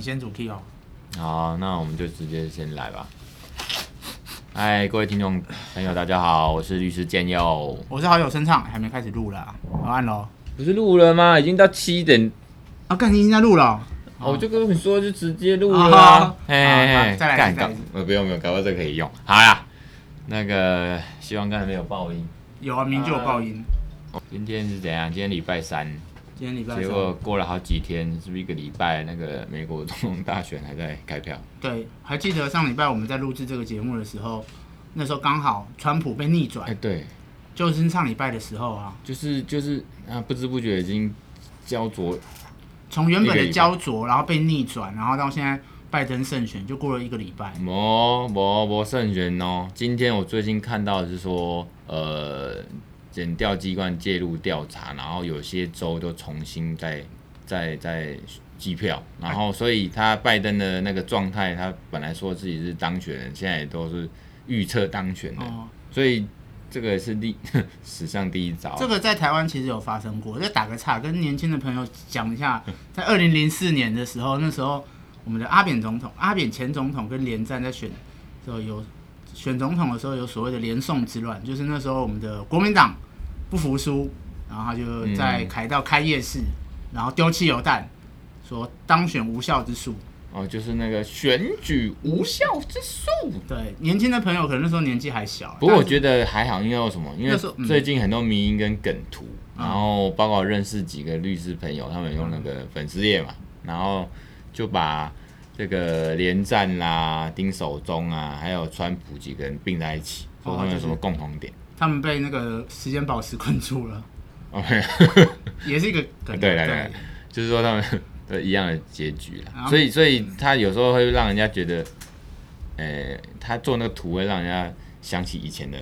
先主 key 哦。好，那我们就直接先来吧。嗨，各位听众朋友，大家好，我是律师建佑。我是好友声唱，还没开始录啦，我按喽。不是录了吗？已经到七点，啊，干，你已经在录了哦。哦我就跟你说，就直接录哦好了啊好。哎，好再来一次再干来一搞次，呃，不用不用，搞到这可以用。好啦，那个希望刚才没有爆音。有啊，明就有爆音。今天是怎样？今天礼拜三，今天礼拜呃结果三，过了好几天，是不是一个礼拜？那个美国总统大选还在开票。对，还记得上礼拜我们在录制这个节目的时候，那时候刚好川普被逆哎，转，对，就是上礼拜的时候啊，就是就是啊，不知不觉已经焦灼从原本一个的礼拜焦灼，然后被逆转，然后到现在拜登胜选，就过了一个礼拜。魔魔魔圣人哦，今天我最近看到的是说，呃，检调机关介入调查，然后有些州都重新再再再计票，然后所以他拜登的那个状态，他本来说自己是当选人，现在也都是预测当选人，哦，所以这个是历 史上第一招。这个在台湾其实有发生过。再打个岔，跟年轻的朋友讲一嗯下，在二零零四年的时候，那时候我们的阿扁总统、阿扁前总统跟连战在选的时候有选总统的时候有所谓的连宋之乱，就是那时候我们的国民党不服输，然后他就在嗯凯道开夜市，然后丢汽油弹，说当选无效之术。哦，就是那个选举无效之术。对，年轻的朋友可能那时候年纪还小，不过我但是觉得还好，因为有什么？因那时候嗯为最近很多迷音跟梗图，然后包括我认识几个律师朋友，他们用那个粉丝页嘛，然后就把这个连战啦、丁守中啊，还有川普几个人并在一起，哦说他们有就是什么共同点。 他们被那个时间宝石困住了，哦，没有也是一个梗。对对对，就是说他们都一样的结局啦。啊所以，所以他有时候会让人家觉得，呃、他做那个图会让人家想起以前的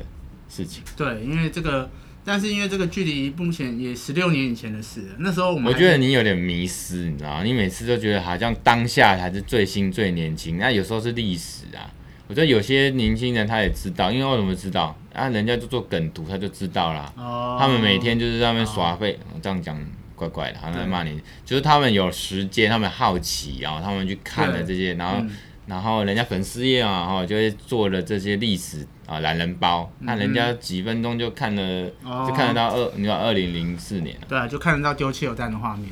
事情。对，因为这个，但是因为这个距离目前也十六年以前的事了，那时候我们我还觉得你有点迷失，你知道吗？你每次都觉得好像当下才是最新、最年轻，那有时候是历史啊。我觉得有些年轻人他也知道，因为为什么知道？啊，人家就做梗图，他就知道啦。哦，他们每天就是在那边耍废，哦这样讲怪怪的，好像在骂你。就是他们有时间，他们好奇，然后他们去看了这些，然后、嗯然后人家粉丝页啊，然后就会做了这些历史啊懒人包，那、人家几分钟就看了，嗯哦就看得到二，你看二零零四年。对啊，就看得到丢汽油弹的画面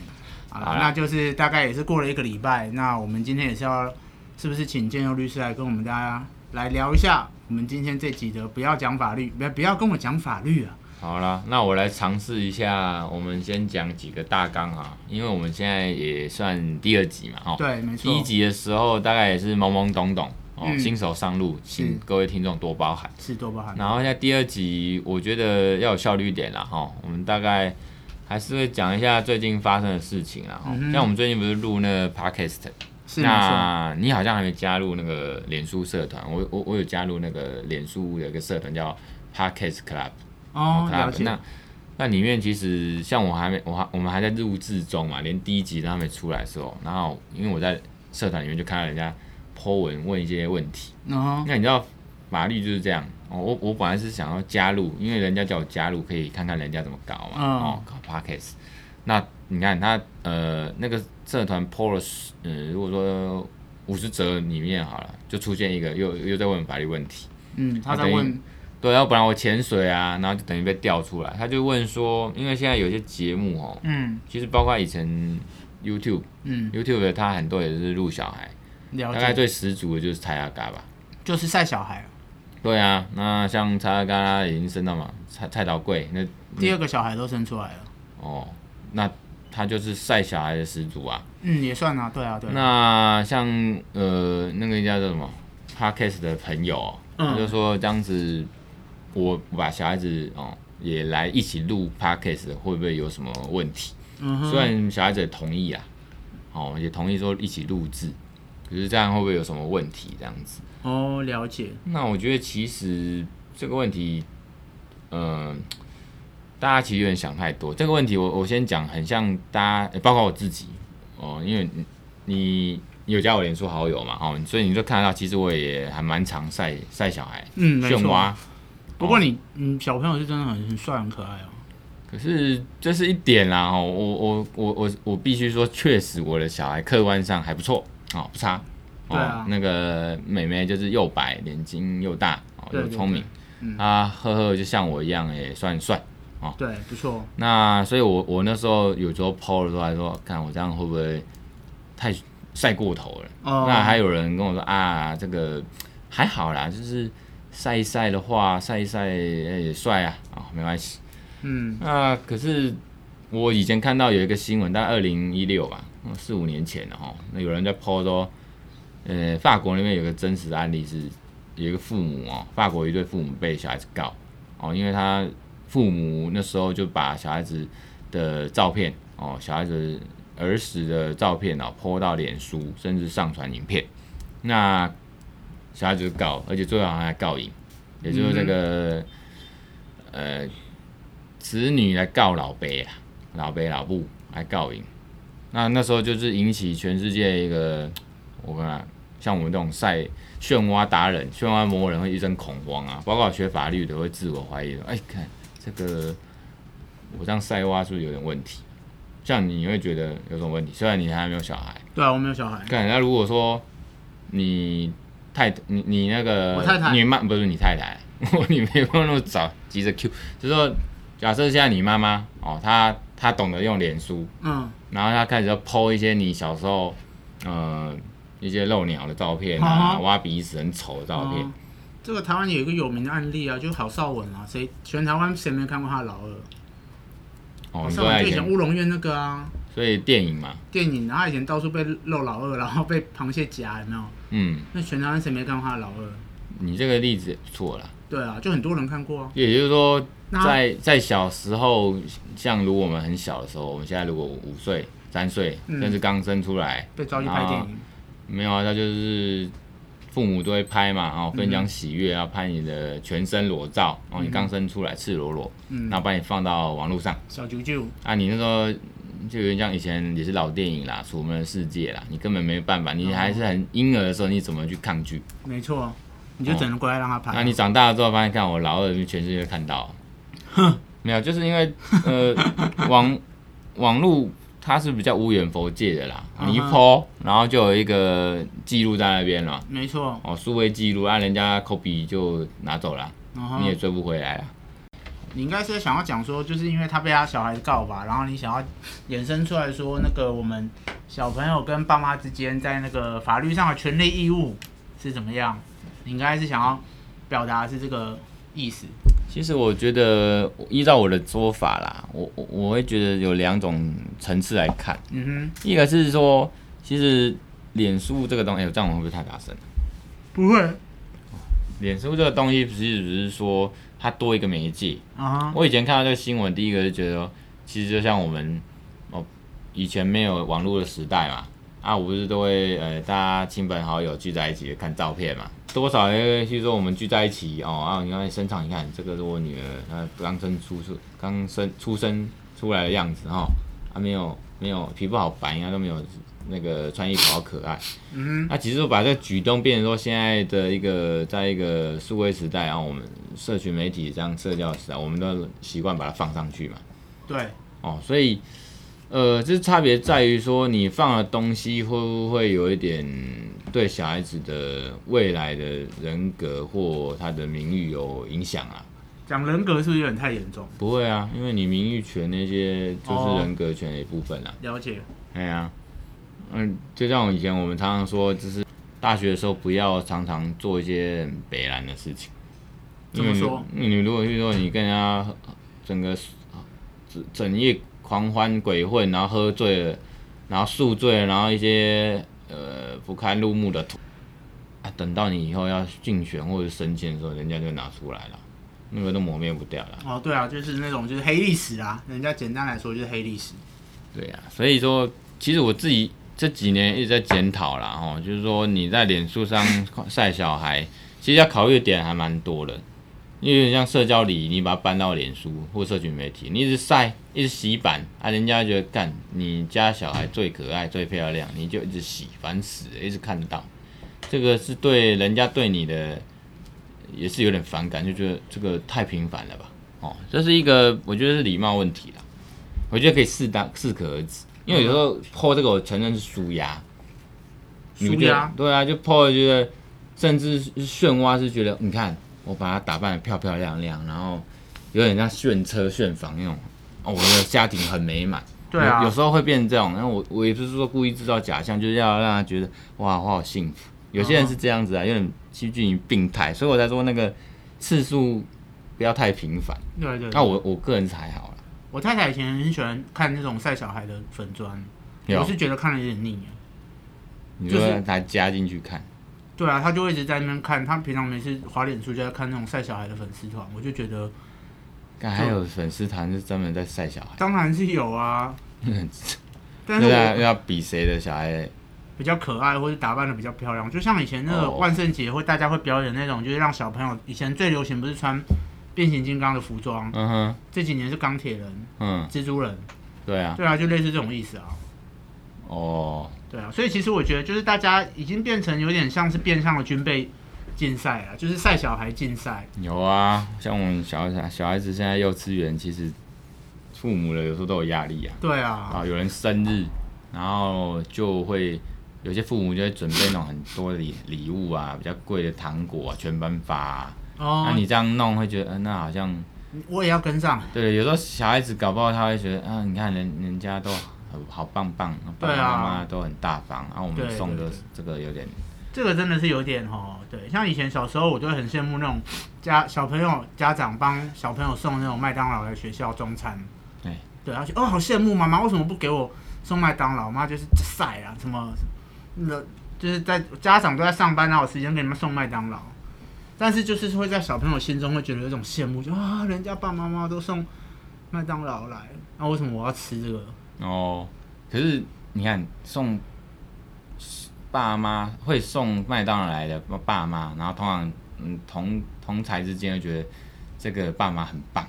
好啊啦，那就是大概也是过了一个礼拜，那我们今天也是要，是不是请建佑律师来跟我们大家来聊一下，我们今天这集的不要讲法律，不要不要跟我讲法律啊，好啦，那我来尝试一下，我们先讲几个大纲啊，因为我们现在也算第二集嘛，哦，对，没错，第一集的时候大概也是懵懵懂懂哦，嗯新手上路，是请各位听众多包涵。是多包含，然后现在第二集，我觉得要有效率一点啦，哈、哦我们大概还是会讲一下最近发生的事情啦，哈、哦嗯哼像我们最近不是录那个 podcast，是没错，那你好像还没加入那个脸书社团，我我我有加入那个脸书有一个社团叫 podcast club。哦，了 club 解，那那里面其实像我还没，我还我们还在录制中嘛，连第一集都还没出来的时候，然后因为我在社团里面就看到人家 po 文问一些问题，哦，那你知道法律就是这样，哦、我我本来是想要加入，因为人家叫我加入，可以看看人家怎么搞嘛，嗯哦，搞 podcast。那你看他呃那个社团 po 了十，呃，如果说五十则里面好了，就出现一个又又在问法律问题。嗯，他那在等于问，对，要不然我潜水啊，然后就等于被调出来。他就问说，因为现在有些节目哦，嗯其实包括以前 YouTube 嗯， YouTube 的，他很多也是录小孩，了大概解，最十足的就是蔡阿嘎吧。就是晒小孩，对啊，那像蔡阿嘎已经升到嘛，蔡蔡桃贵那第二个小孩都生出来了，哦，那他就是晒小孩的始祖啊。嗯，也算啊，对啊，对啊，那像呃那个叫做什么 Podcast 的朋友、哦，嗯他就说这样子，我把小孩子哦也来一起录 Podcast 会不会有什么问题？嗯哼虽然小孩子也同意啊，哦也同意说一起录制，可是这样会不会有什么问题？这样子，哦，了解，那我觉得其实这个问题，呃，大家其实有点想太多。这个问题我我先讲，很像大家，呃包括我自己哦、因为你你你有加我脸书好友嘛，哦，所以你就看得到，其实我也还蛮常晒晒小孩、嗯，没炫错。娃。哦不过你，嗯，小朋友是真的很很帅很可爱哦。可是这是一点啦，哦，我我我我我必须说，确实我的小孩客观上还不错，哦，不差。哦，对啊那个妹妹就是又白，眼睛又大，哦，对又聪明。对对嗯啊，赫赫就像我一样，也算帅。对，不错，那所以我，我那时候有时候抛的时候还说，看我这样会不会太晒过头了？哦那还有人跟我说啊，这个还好啦，就是晒一晒的话，晒一晒哎也帅啊，啊、没关系。嗯，那可是我以前看到有一个新闻，大概二零一六吧，四五年前了哈，那有人在 PO 说，呃，法国那边有个真实的案例是，有一个父母哦，法国一对父母被小孩子告哦，因为他父母那时候就把小孩子的照片哦，小孩子儿时的照片哦，PO 到脸书，甚至上传影片，那小孩子就告，而且最后好像还告赢，也就是这个、呃子女来告老贝啊，老贝老布来告赢。那那时候就是引起全世界一个，我跟他像我们这种晒漩涡达人、漩涡魔人会一阵恐慌啊，包括学法律的会自我怀疑，哎，看这个我这样晒蛙是不是有点问题？像你会觉得有什么问题？虽然你还没有小孩，对啊，我没有小孩，看那如果说你太你你那个我太太你妈不是你太太， 我你没有那么早急着 Q，就是说假设现在你妈妈哦，她她懂得用脸书，嗯，然后她开始要 PO 一些你小时候呃一些露鸟的照片啊，哦挖鼻屎很丑的照片，哦这个台湾有一个有名的案例啊，就是郝邵文啊，谁全台湾谁没看过他的老二？哦，郝你邵说她文以就以前前乌龙院那个啊所以电影嘛，电影，然后他以前到处被露老二，然后被螃蟹夹，有没有？嗯，那全台湾谁没看过他的老二？你这个例子也不错啦。对啊，就很多人看过啊。也就是说，那在在小时候，像如果我们很小的时候，我们现在如果五岁、三岁，嗯甚至刚生出来，被抓去拍电影，没有啊，那就是父母都会拍嘛，嗯哦，分享喜悦，然后拍你的全身裸照，哦，你刚生出来赤裸裸，嗯然后把你放到网络上，小九九，啊，你那时候就有点像以前也是老电影啦，《楚门的世界》啦，你根本没办法，你还是很婴儿的时候，你怎么去抗拒？没错，你就只能过来让他哦那拍。你长大了之后发现，看我老二全世界都看到，没有，就是因为呃网网络它是比较无远佛界的啦，嗯哼你一 PO，然后就有一个记录在那边了，没错，哦，数位记录，按、人家 copy 就拿走了，然后你也追不回来了。你应该是想要讲说，就是因为他被他小孩子告吧，然后你想要衍生出来说，那个我们小朋友跟爸妈之间在那个法律上的权利义务是怎么样？你应该是想要表达的是这个意思。其实我觉得，依照我的说法啦，我我我会觉得有两种层次来看，嗯一个是说，其实脸书这个东西，哎这样我会不会太大声？哼，不会脸书这个东西，其实只是说它多一个媒介。啊哈，我以前看到这个新闻，第一个就觉得，其实就像我们哦，以前没有网络的时代嘛，啊，我不是都会呃，大家亲朋好友聚在一起看照片嘛，多少会去说我们聚在一起哦，啊，你看身上，你看这个是我女儿，她刚生出出刚生出生出来的样子哈、哦，啊，没有没有皮肤好白啊，都没有那个穿衣服好可爱。嗯那、其实我把这个举动变成说，现在的一个在一个数位时代，然哦后我们社群媒体这样社交的时代，我们都习惯把它放上去嘛。哼，对，哦，所以呃，这差别在于说，你放的东西会不会有一点对小孩子的未来的人格或他的名誉有影响啊？讲人格是不是有点太严重？不会啊，因为你名誉权那些就是哦人格权的一部分啦、啊了解，哎呀、嗯，就像我以前我们常常说，就是大学的时候不要常常做一些很北兰的事情。怎么说？因为你你如果去说你跟人家喝整个整整夜狂欢鬼混，然后喝醉了，然后宿醉了，然后一些呃不堪入目的图啊，等到你以后要竞选或者升迁的时候，人家就拿出来了，那个都磨灭不掉了。哦，对啊，就是那种就是黑历史啊，人家简单来说就是黑历史。对呀、所以说，其实我自己这几年一直在检讨啦，哦，就是说你在脸书上 晒小孩，其实要考虑的点还蛮多的，因为像社交礼仪，你把它搬到脸书或社群媒体，你一直晒，一直洗版，啊，人家觉得干你家小孩最可爱、最漂亮，你就一直洗，烦死了，一直看到，这个是对人家对你的也是有点反感，就觉得这个太频繁了吧，哦，这是一个我觉得是礼貌问题啦。我觉得可以适当适可而止，因为有时候 PO 这个我承认是舒压，你舒们觉得压，对啊，就 PO 觉得，甚至是漩涡是觉得，你看我把它打扮的漂漂亮亮，然后有点像炫车炫房那种，哦，我的家庭很美满。对啊有有时候会变成这种，然后我我也不是说故意制造假象，就是要让他觉得哇，我好幸福。有些人嗯是这样子啊，有点趋近于病态，所以我才说那个次数不要太频繁。对对。那、啊我我个人是还好啦，我太太以前很喜欢看那种晒小孩的粉砖，我有啊是觉得看了有点腻耶。你就就是把它加进去看，对啊，她就会一直在那边看，她平常没事滑脸书就在看那种晒小孩的粉丝团，我就觉得看嗯还有粉丝团是专门在晒小孩，当然是有 啊，但是对啊，我要比谁的小孩比较可爱或者打扮的比较漂亮，就像以前那个哦万圣节会大家会表演那种，就是让小朋友以前最流行不是穿变形金刚的服装，嗯哼，这几年是钢铁人、嗯，蜘蛛人，对啊，对啊，就类似这种意思啊。哦，对啊，所以其实我觉得就是大家已经变成有点像是变相的军备竞赛啊，就是晒小孩竞赛。有啊，像我们小小小孩子现在幼稚园，其实父母的有时候都有压力啊，对啊，啊，有人生日，然后就会有些父母就会准备那种很多的礼礼物啊，比较贵的糖果啊，全班发、啊，哦那，你这样弄会觉得，嗯、那好像我也要跟上。对，有时候小孩子搞不好他会觉得，啊，你看人人家都好好棒棒，爸爸对啊妈妈都很大方，然、后、我对们对送的对这个有点，这个真的是有点哦，对，像以前小时候，我就会很羡慕那种家 小朋友家长帮小朋友送那种麦当劳来学校中餐，对，对，而且哦，好羡慕妈妈为什么不给我送麦当劳？我妈就是晒啊，什么那就是在家长都在上班，哪有时间给你们送麦当劳？但是就是会在小朋友心中会觉得有一种羡慕，就啊，人家爸妈妈都送麦当劳来，那、为什么我要吃这个？哦，可是你看送爸妈会送麦当劳来的爸妈，然后通常嗯同同才之间会觉得这个爸妈很棒，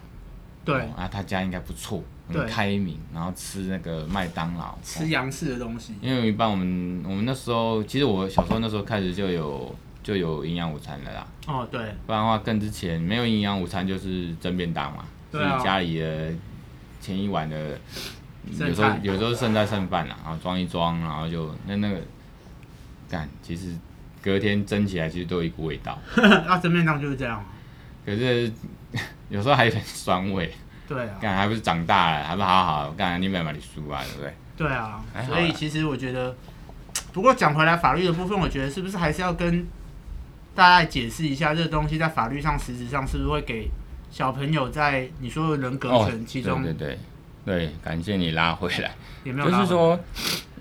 对哦，啊他家应该不错，对很开明，然后吃那个麦当劳，吃洋式的东西，因为一般我们我们那时候其实我小时候那时候开始就有就有营养午餐了啦，哦，对，不然的话更之前没有营养午餐就是蒸便当嘛，对啊是家里的前一晚的。剩有时候菜有时候剩菜剩饭啦，然后装一装，然后就那那个干，其实隔天蒸起来其实都有一股味道，啊，蒸面汤就是这样，可是 有时候还有点酸味，对啊。干还不是长大了，还不好好干，你买买你输啊，对不对？对啊还，好啦所以其实我觉得，不过讲回来法律的部分，我觉得是不是还是要跟大家解释一下，这个东西在法律上实质上是不是会给小朋友在你说的人格哦权其中对对对对，感谢你拉回来。有没有就拉回来？是说，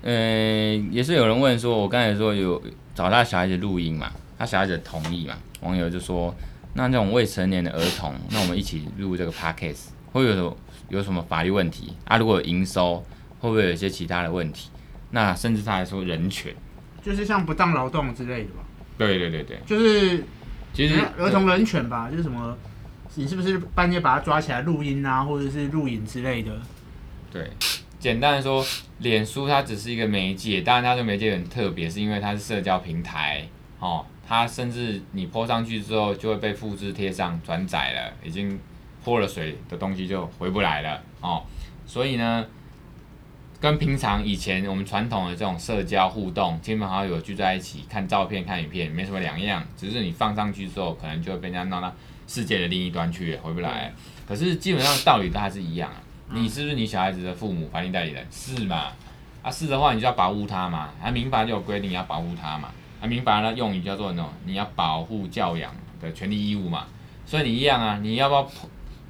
呃，也是有人问说，我刚才说有找他小孩子录音嘛，他小孩子同意嘛，网友就说，那这种未成年的儿童，那我们一起录这个 podcast，会有什么有什么法律问题啊？如果有营收，会不会有一些其他的问题？那甚至他还说人权，就是像不当劳动之类的吧，对对对对，就是其实儿童人权吧，就是什么。你是不是半夜把他抓起来录音啊，或者是录影之类的？对，简单的说，脸书它只是一个媒介，当然它的媒介很特别，是因为它是社交平台哦，它甚至你 po 上去之后就会被复制贴上转载了，已经泼了水的东西就回不来了哦，所以呢。跟平常以前我们传统的这种社交互动，亲朋好友聚在一起看照片、看影片，没什么两样，只是你放上去之后，可能就会被人家闹到世界的另一端去，回不来了。可是基本上道理都还是一样啊。你是不是你小孩子的父母、法定代理人？是嘛？啊，是的话，你就要保护他嘛。啊，民法就有规定要保护他嘛。啊，民法呢用语叫做那种你要保护教养的权利义务嘛。所以你一样啊，你要不要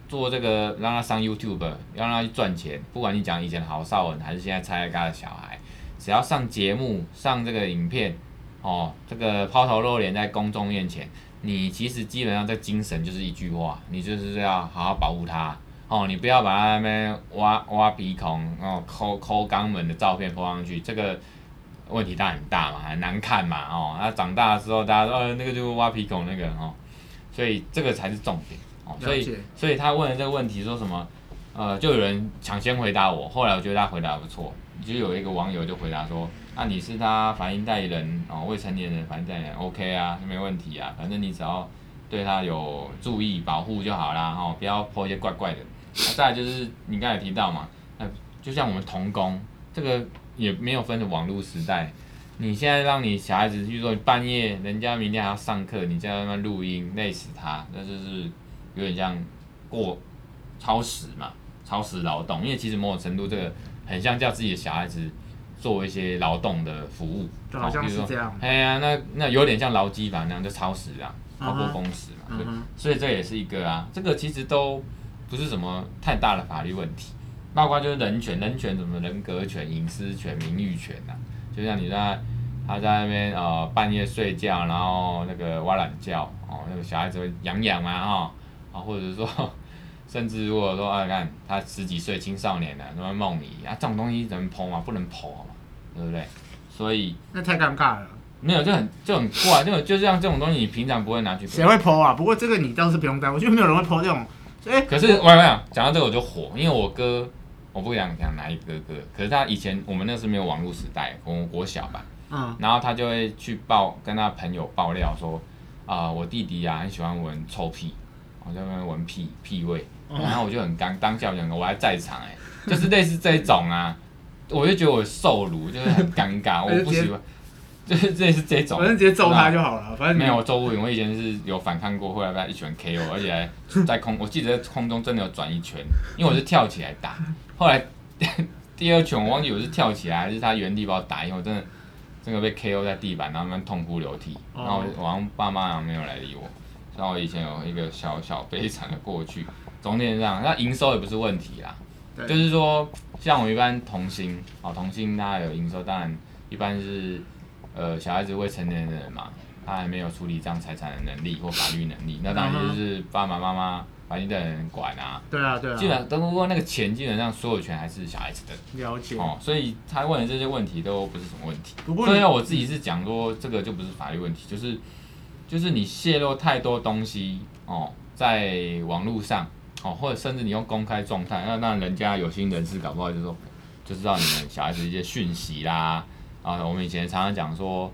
做这个让他上 YouTube，要让他去赚钱？不管你讲以前的郝邵文还是现在蔡家的小孩，只要上节目、上这个影片，哦，这个抛头露脸在公众面前，你其实基本上这精神就是一句话，你就是要好好保护他。哦，你不要把他们挖挖鼻孔，哦，抠抠肛门的照片放上去，这个问题当然很大嘛，很难看嘛，哦，那长大的时候大家说，呃，那个就是挖鼻孔那个哦，所以这个才是重点哦，所了以解所以他问了这个问题说什么，呃，就有人抢先回答我，后来我觉得他回答得不错，就有一个网友就回答说，那、你是他法定代理人哦，未成年人法定代理人 OK 啊，没问题啊，反正你只要对他有注意保护就好啦，哦，不要泼一些怪怪的。那、再来就是你刚才提到嘛，呃，就像我们童工，这个也没有分的网络时代，你现在让你小孩子去做，半夜人家明天还要上课，你在那边录音，累死他，那就是有点像过超时嘛，超时劳动。因为其实某种程度，这个很像叫自己的小孩子做一些劳动的服务，就好像比如是说这样哎呀，那那有点像劳基法那样，就超时啊，超过工时嘛。嗯对哼所以这也是一个啊，这个其实都不是什么太大的法律问题，包括就是人权，人权什么人格权、隐私权、名誉权啊，就像你在他在那边呃半夜睡觉，然后那个挖懒觉哦，那个小孩子会痒痒嘛哈、啊，或者说 甚至如果说啊看他十几岁青少年了，什么梦遗啊这种东西能剖吗？不能剖嘛，对不对？所以那太尴尬了，没有就很就很怪，就就像这种东西，你平常不会拿去。谁会剖啊？不过这个你倒是不用担心，我觉得没有人会剖这种。哎、可是我跟你讲，讲到这个我就火，因为我哥，我不想讲哪一个哥，可是他以前我们那是没有网络时代，我们国小吧，嗯，然后他就会去爆跟他朋友爆料说，啊、我弟弟啊很喜欢闻臭屁，我在那边闻屁屁味，哦然后我就很尴，当下我讲我还在场哎、就是类似这种啊，我就觉得我受辱，就是很尴尬，我不喜 欢，就是类似这种，啊反正直接揍然后他就好了，反正你啊没有，周文，我以前是有反抗过，后来被他一拳 KO，而且还在空，我记得在空中真的有转一圈，因为我是跳起来打，后来 第二拳我忘记我是跳起来还是他原地把我打，因为我真的真的被 KO 在地板，然后慢慢痛哭流涕，哦然后我好像爸妈好像没有来理我，然后我以前有一个小小悲惨的过去，总体上那营收也不是问题啦，对就是说像我一般童星哦，童星他有营收，当然一般是呃小孩子未成年人嘛，他还没有处理这样财产的能力或法律能力，那嗯当然就是爸爸妈妈法定代理人管啊。对啊，对基啊，本都不过那个钱基本上所有权还是小孩子的了解。哦，所以他问的这些问题都不是什么问题。不过所以你啊我自己是讲说，这个就不是法律问题，就是就是你泄露太多东西哦，在网络上哦，或者甚至你用公开状态，那那人家有心人士搞不好就说就知道你们小孩子一些讯息啦啊，我们以前常常讲说，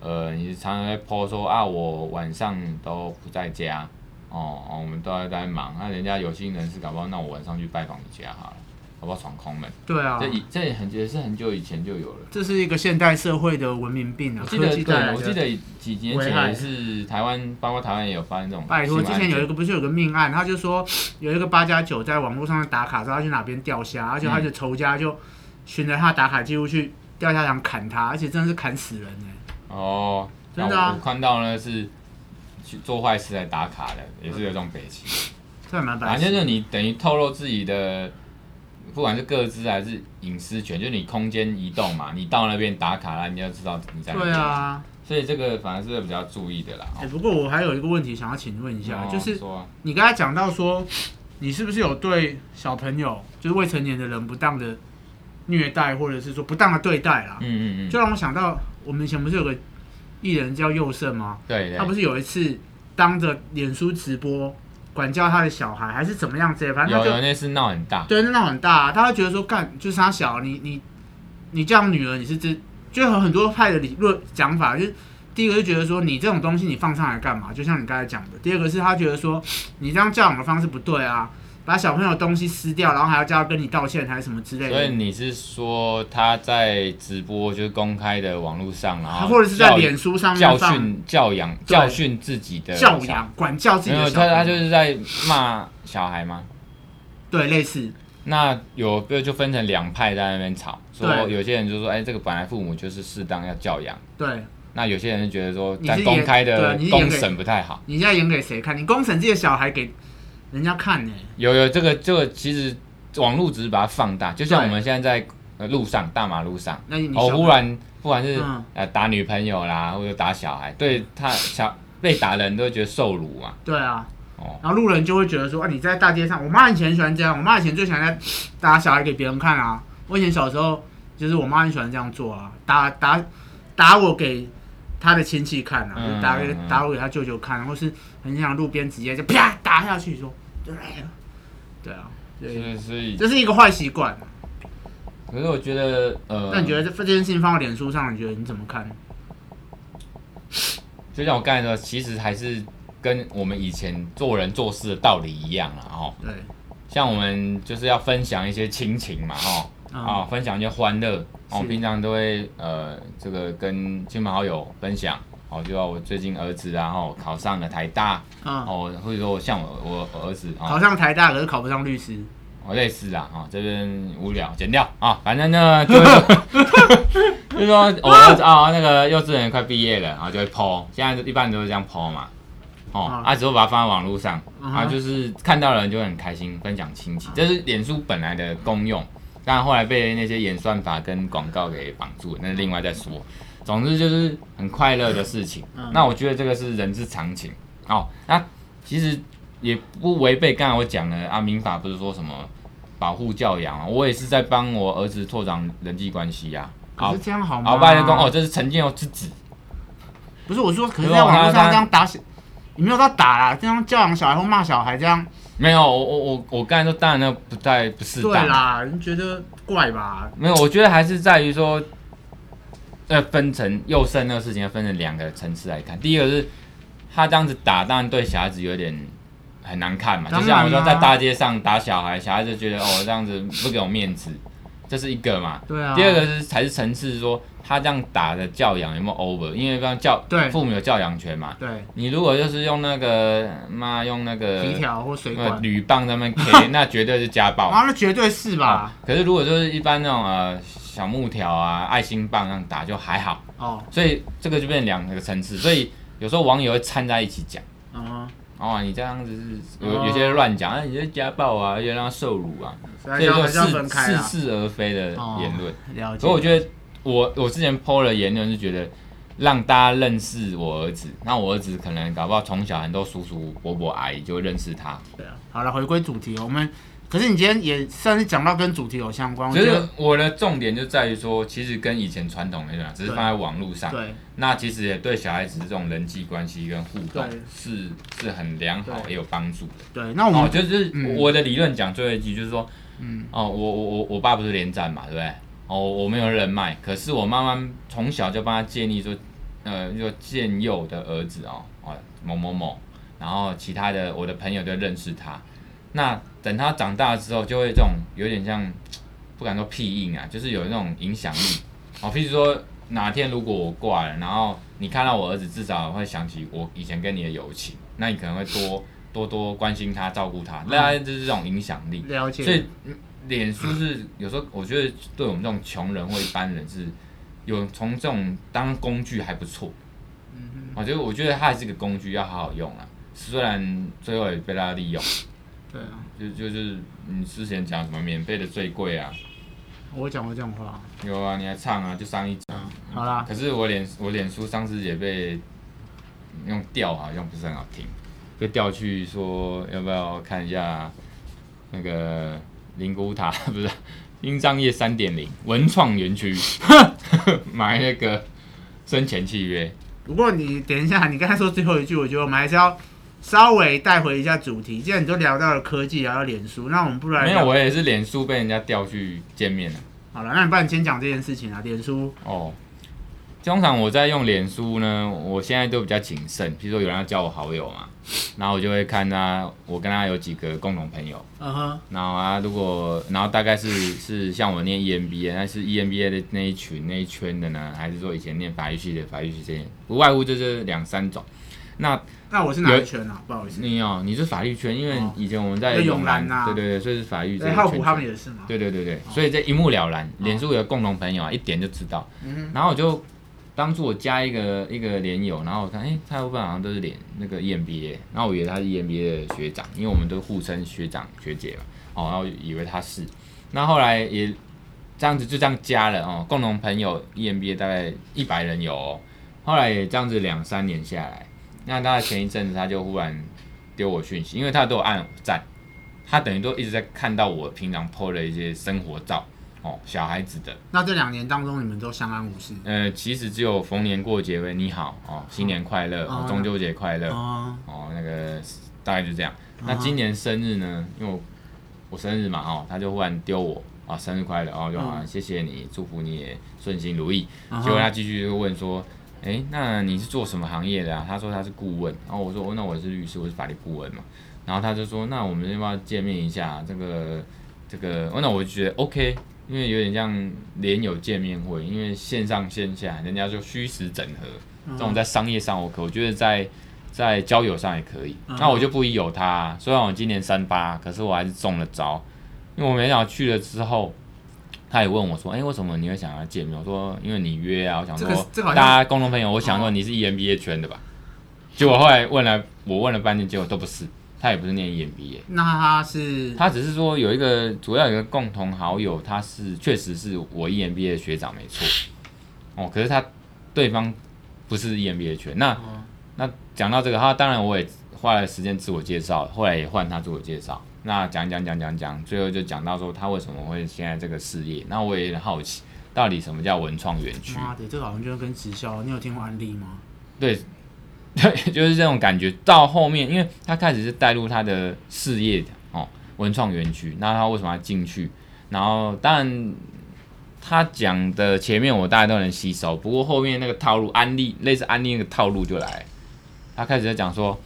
呃，你常常在 po 说啊，我晚上都不在家哦，哦我们都在在忙，那人家有心人士搞不好，那我晚上去拜访你家好了，搞不好闯空门，对啊这，以这也很也是很久以前就有了。这是一个现代社会的文明病啊，我记科得技带来对，的。我记得几年危前害也是台湾，包括台湾也有发生这种拜托，性之案前有一件个不是有个命案，他就说有一个八加九在网络上打卡，说他去哪边钓嗯虾，而且他就仇家就循着他打卡记录去钓虾场砍他，而且真的是砍死人哎、哦，真的那我啊我看到呢是去做坏事来打卡的，也是有这种北齐。这还蛮白反痴正的。就是你等于透露自己的，不管是各自还是隐私权，就是你空间移动嘛，你到那边打卡了，人家就知道你在那对边。啊，所以这个反而是比较注意的啦。哎、不过我还有一个问题想要请问一下，哦就是说啊你刚才讲到说，你是不是有对小朋友，就是未成年的人不当的虐待，或者是说不当的对待啦？嗯嗯就嗯，让我想到我们以前不是有个艺人叫佑胜吗？对对他啊不是有一次当着脸书直播管教他的小孩，还是怎么样之类，反正他有就有那次闹很大，对那闹很大、他会觉得说干就是他小，你你你这样女儿你是真，就有很多派的理论讲法，就是第一个就觉得说你这种东西你放上来干嘛？就像你刚才讲的，第二个是他觉得说你这样教养的方式不对啊，把小朋友的东西撕掉，然后还要叫他跟你道歉还是什么之类所以的。你是说他在直播，就是公开的网络上，然后或者是在教脸书上教面放训教养对教训自己的教小养、管教自己没有的小他孩，他就是在骂小孩吗？对类似，那有就就分成两派在那边吵，说对有些人就说，哎，这个本来父母就是适当要教养，对那有些人就觉得说，你是在演公开的对啊你是演公给审不太好。你现在演给谁看？你公审自己的小孩给人家看呢、有有这个这个，其实网络只是把它放大，就像对我们现在在呃路上大马路上。那你你哦，小忽然不管是、嗯呃打女朋友啦，或者打小孩，对他小被打的人都会觉得受辱嘛。对啊，哦，然后路人就会觉得说，啊，你在大街上，我妈以前很喜欢这样，我妈以前最喜欢在 打小孩给别人看啊。我以前小时候就是我妈很喜欢这样做啊，打打打我给她的亲戚看啊，嗯就是打给嗯嗯打我给她舅舅看，啊或是很想路边直接就 啪打下去说，对啊，对啊，对，是所以，这是一个坏习惯。可是我觉得呃，那你觉得这这件事情放到脸书上，你觉得你怎么看？就像我刚才说，其实还是跟我们以前做人做事的道理一样啦。哦。对，像我们就是要分享一些亲情嘛，哦，嗯啊、分享一些欢乐。我、是平常都会呃，这个跟亲朋好友分享。哦，就要我最近儿子啊，哦，考上了台大，啊，哦，或者说我像我我我儿子啊，考上台大可是考不上律师，哦，类似啦，啊、这边无聊，剪掉啊、反正呢，就是 就是说我儿子啊、那个幼稚园快毕业了，然、后就会 PO，现在一般都是这样 PO 嘛，哦，啊啊，只会把它放在网络上，嗯哼啊，就是看到了人就会很开心，分享亲啊情，这是脸书本来的功用，但后来被那些演算法跟广告给绑住了，那是另外再说。总之就是很快乐的事情。嗯那我觉得这个是人之常情哦。那其实也不违背刚才我讲的啊，民法不是说什么保护教养啊，我也是在帮我儿子拓展人际关系呀、啊。可是这样好吗？鳌拜的公哦，这是陈建佑之子不是我说，可是可是在我网络看到上他这样打小，你没有到打啦，这样教养小孩或骂小孩这样，没有，我我我我刚才说当然那不太不适对当，啦，你觉得怪吧？没有，我觉得还是在于说，呃，分成幼胜那个事情要分成两个层次来看。第一个是他这样子打，当然对小孩子有点很难看嘛，当就然像我说啦在大街上打小孩，小孩子觉得哦这样子不给我面子，这是一个嘛。对啊。第二个是才是层次说他这样打的教养有没有 over，因为刚教对父母有教养权嘛。对，你如果就是用那个妈用那个皮条或水那管，个铝棒在 那边 K，那绝对是家暴。啊，那绝对是吧啊？，可是如果就是一般那种呃小木条啊、爱心棒那样打就还好，哦，所以这个就变成两个层次，所以有时候网友会掺在一起讲。嗯哼，哦，你这样子是有哦有些人乱讲，啊，你是家暴啊，又让他受辱啊，所所以以要就嗯还是要似分开啊似啦。是而非的哦言论。了解所以。我觉得我我之前 PO 了言论是觉得让大家认识我儿子，那我儿子可能搞不好从小很多叔叔伯伯阿姨就会认识他，对啊好了，回归主题，我们可是你今天也算是讲到跟主题有相关，我就觉是得我的重点就在于说，其实跟以前传统的那啊种，只是放在网络上。对那其实也对小孩子这种人际关系跟互动对是是很良好，对也有帮助的。对。那我哦，们就是嗯我的理论讲最后一句，就是说，嗯，哦，我我我我爸不是连战嘛，对不对？哦，我没有人脉，可是我妈妈从小就帮他建立说，呃，就建佑我的儿子哦，哦某某某，然后其他的我的朋友就认识他。那等他长大之后，就会这种有点像，不敢说屁硬啊，就是有那种影响力。哦，譬如说哪天如果我挂了，然后你看到我儿子，至少会想起我以前跟你的友情，那你可能会多多多关心他、照顾他，那就是这种影响力。了解，所以，嗯脸书是有时候我觉得对我们这种穷人或一般人是有从这种当工具还不错。嗯我觉得我觉得它还是个工具，要好好用啊。虽然最后也被大家利用，哼，对啊，就就是你之前讲什么免费的最贵啊，我讲过这种话。有啊，你还唱啊，就上一集。好啦，可是我脸我脸书上次也被用调，好像不是很好听，被调去说要不要看一下那个灵谷塔， 不是英章业三点零文创园区 买那个生前契约。不过你等一下，你刚才说最后一句，我觉得我们还是要稍微带回一下主题。既然你都聊到了科技，聊到脸书，那我们不然没聊有，我也是脸书被人家调去见面了。好了，那你不然先讲这件事情啊，脸书哦，通常我在用脸书呢，我现在都比较谨慎。比如说有人要加我好友嘛，然后我就会看他，我跟他有几个共同朋友。嗯哼，然后啊，如果然后大概是是像我念 E EMBA，那是 EMBA 的那一群那一圈的呢，还是说以前念法律系的法律系这些，不外乎就是两三种。那那我是哪一圈啊？不好意思，你哦，你是法律圈，因为哦以前我们在在永兰啊对对对，所以是法律这对，个哎浩圈普子他们也是哦嘛。对对对对，所以这一目了然，脸书有共同朋友啊，一点就知道。嗯然后我就当初我加一个一个连友，然后我看，哎、他大部分好像都是连那个 EMBA，然后我以为他是 EMBA 的学长，因为我们都互称学长学姐嘛，哦，然后以为他是，那后来也这样子就这样加了哦，共同朋友 EMBA 大概一百人有、哦，后来也这样子两三年下来，那他前一阵子他就忽然丢我讯息，因为他都有按赞，哦他等于都一直在看到我平常 PO 的一些生活照哦，小孩子的。哼，那这两年当中，你们都相安无事。呃，其实只有逢年过节为你好哦，新年快乐，哦哦中秋节快乐哦哦，那个大概就这样。那今年生日呢？因为我我生日嘛哦，他就忽然丢我啊，生日快乐哦，就好、谢谢你，祝福你也顺心如意。嗯哼结果他继续就问说，哎、那你是做什么行业的啊？他说他是顾问，然后我说、哦、那我是律师，我是法律顾问嘛。啊然后他就说，那我们要不要见面一下？这个这个，哦、那我就觉得 OK，因为有点像连友见面会，因为线上线下人家就虚实整合，嗯这种在商业上 OK，我觉得在在交友上也可以。嗯那我就不疑有他、虽然我今年三八，可是我还是中了招，因为我没想到去了之后。他也问我说：“哎、为什么你会想要见面？”我说：“因为你约啊，我想说、这个这个好像嗯大家共同朋友，我想说你是 E EMBA 圈的吧？”结果后来问了，我问了半天，结果都不是，他也不是念 E EMBA，那他是他只是说有一个主要有一个共同好友，他是确实是我 E EMBA 的学长没错，哦，可是他对方不是 E EMBA 圈。那、哦那讲到这个，他当然我也花了时间自我介绍，后来也换他自我介绍。那讲讲讲讲讲，最后就讲到说他为什么会现在这个事业，那我也很好奇，到底什么叫文创园区？妈的，这个好像就跟直销，你有听过案例吗？对， 对，就是这种感觉。到后面，因为他开始是带入他的事业的哦，文创园区。那他为什么要进去？然后，当然他讲的前面我大家都能吸收，不过后面那个套路，安利类似安利那个套路就来了。他开始在讲说，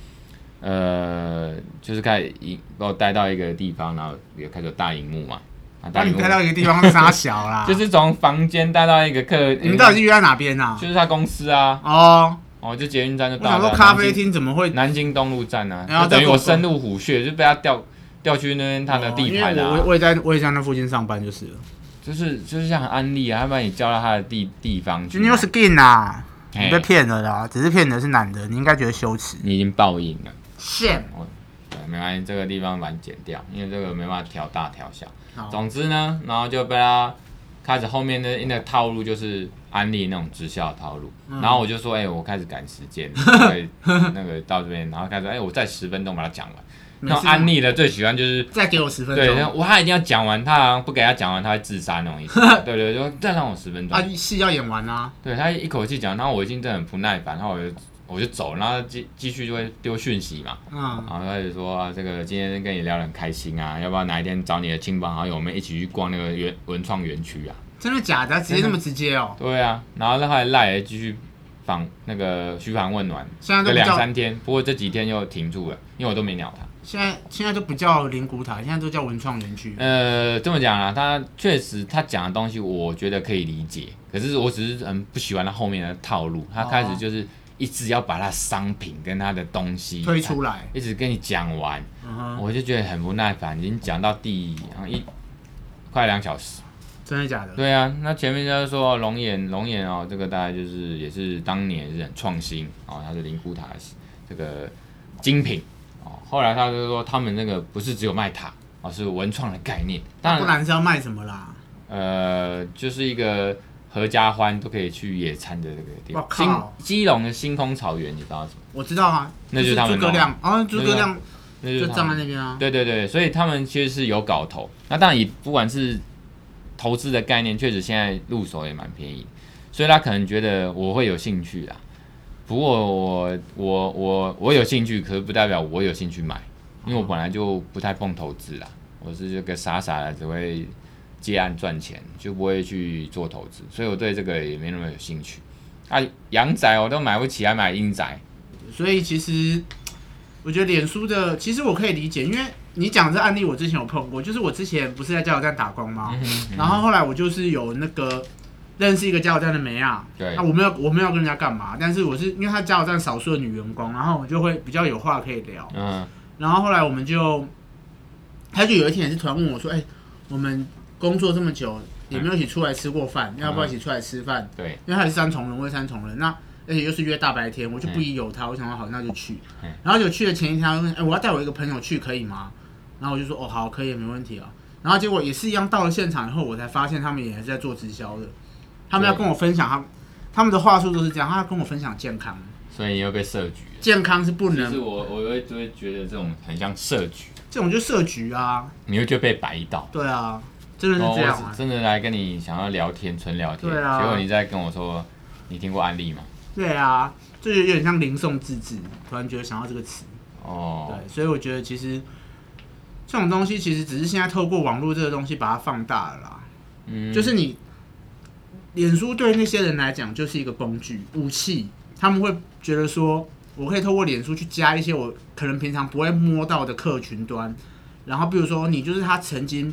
呃，就是开始一把我带到一个地方，然后也开始有大荧幕嘛。啊，把大你荧幕带到一个地方杀小 啦，就是从房间带到一个客，你们到底是约在哪边啊？就是他公司啊，哦，哦，就捷运站就我到了。想说南咖啡京厅怎么 会南京东路站啊，然后就等于再过我深入虎穴，就被他调调去那边他的地盘哦因为我啊，我也在我也在那附近上班就是了。就是就是像安利啊，他把你叫到他的地地方去你嘛，有 skin 啊？嘿你被骗了啦，只是骗的是男的，你应该觉得羞耻。你已经报应了。 shit 对，没关系，这个地方把你剪掉，因为这个没办法调大调小好。总之呢，然后就被他开始后面的那个套路就是安利那种直销的套路。嗯然后我就说，哎、我开始赶时 间，对，那个到这边，然后开始，哎、我再十分钟把它讲完。那种安利的最喜欢就是再给我十分对，然钟后我他一定要讲完，他好像不给他讲完，他会自杀那种 意思。对对，就再让我十分钟。啊，戏要演完啊。对他一口气讲，然后我已经真的很不耐烦，然后我就我就走，然后继继续就会丢讯息嘛，嗯，然后他就说、啊、这个今天跟你聊得很开心啊，要不要哪一天找你的亲朋好友们一起去逛那个园文创园区啊？真的假的？直接那么直接哦？对啊，然后他还赖也继续访那个嘘寒问暖，现在都嗯有不两叫三天，不过这几天又停住了，因为我都没鸟他。现在现在都不叫灵谷塔，现在都叫文创园区。呃，这么讲啊，他确实他讲的东西，我觉得可以理解，可是我只是很不喜欢他后面的套路，他开始就是一直要把他商品跟他的东西推，出来，一直跟你讲完，嗯哼，我就觉得很不耐烦，已经讲到第好像一快两小时。真的假的？对啊，那前面就是说龙眼，龙眼哦，这个大概就是也是当年也是很创新哦，它是灵谷塔的这个精品哦。后来他就说他们那个不是只有卖塔哦，是文创的概念，当然啊不然是要卖什么啦？呃，就是一个合家欢都可以去野餐的这个地方我。靠金基隆的星空草原，你知道什么？我知道啊，那就就是是他诸们葛弄亮，哦，诸葛亮那就就是他站在们。那边啊。对对对，所以他们其实是有搞头。那当然，也不管是投资的概念，确实现在入手也蛮便宜，所以他可能觉得我会有兴趣啦。不过我我我我有兴趣，可是不代表我有兴趣买，因为我本来就不太碰投资啦，我是这个傻傻的，只会接案赚钱，就不会去做投资，所以我对这个也没那么有兴趣。啊，洋宅我都买不起，还买阴宅。所以其实我觉得脸书的，其实我可以理解，因为你讲这案例，我之前有碰过，就是我之前不是在加油站打工吗？嗯然后后来我就是有那个认识一个加油站的梅亚，对啊，我没有我没有跟人家干嘛，但是我是因为他加油站少数的女员工，然后我就会比较有话可以聊，嗯，然后后来我们就，他就有一天也是突然问我说，哎、我们工作这么久也没有一起出来吃过嗯饭，要不要一起出来吃饭？对，因为他也是三重人，我也三重人，那而且又是约大白天，我就不疑有他，我想说好，那就去嗯。然后就去的前一天，他就问，哎、我要带我一个朋友去，可以吗？然后我就说，哦，好，可以，没问题啊。然后结果也是一样，到了现场以后，我才发现他们也是在做直销的，他们要对跟我分享他们他们的话术都是这样，他要跟我分享健康，所以你又被设局了。健康是不就是能，我，我会就会觉得这种很像设局，这种就设局啊，你会觉得被摆到。对啊，真的哦是这样我啊是，真的来跟你想要聊天，纯聊天，对啊结果你在跟我说，你听过安利吗？对啊，这就有点像零送自治，突然觉得想到这个词。哦，对，所以我觉得其实这种东西其实只是现在透过网络这个东西把它放大了啦，嗯，就是你脸书对那些人来讲就是一个工具武器，他们会觉得说我可以透过脸书去加一些我可能平常不会摸到的客群端，然后比如说你就是他曾经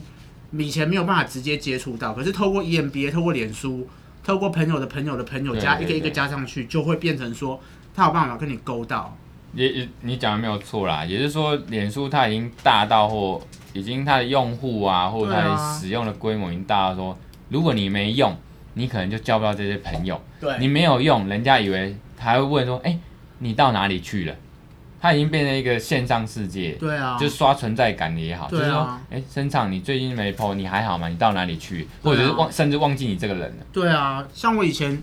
以前没有办法直接接触到，可是透过 E EMBA、透过脸书、透过朋友的朋友的朋友对加对一个一个对加上去，就会变成说他有办法跟你勾到。也也你讲的没有错啦，也就是说，脸书它已经大到或已经它的用户啊，或者它对的啊使用的规模已经大到说，如果你没用，你可能就交不到这些朋友。对你没有用，人家以为他会问说，哎、你到哪里去了？它已经变成一个线上世界，对啊，就刷存在感的也好，就对啊是说，哎、身上你最近没 PO，你还好吗？你到哪里去？或者是啊忘，甚至忘记你这个人了。对啊，像我以前，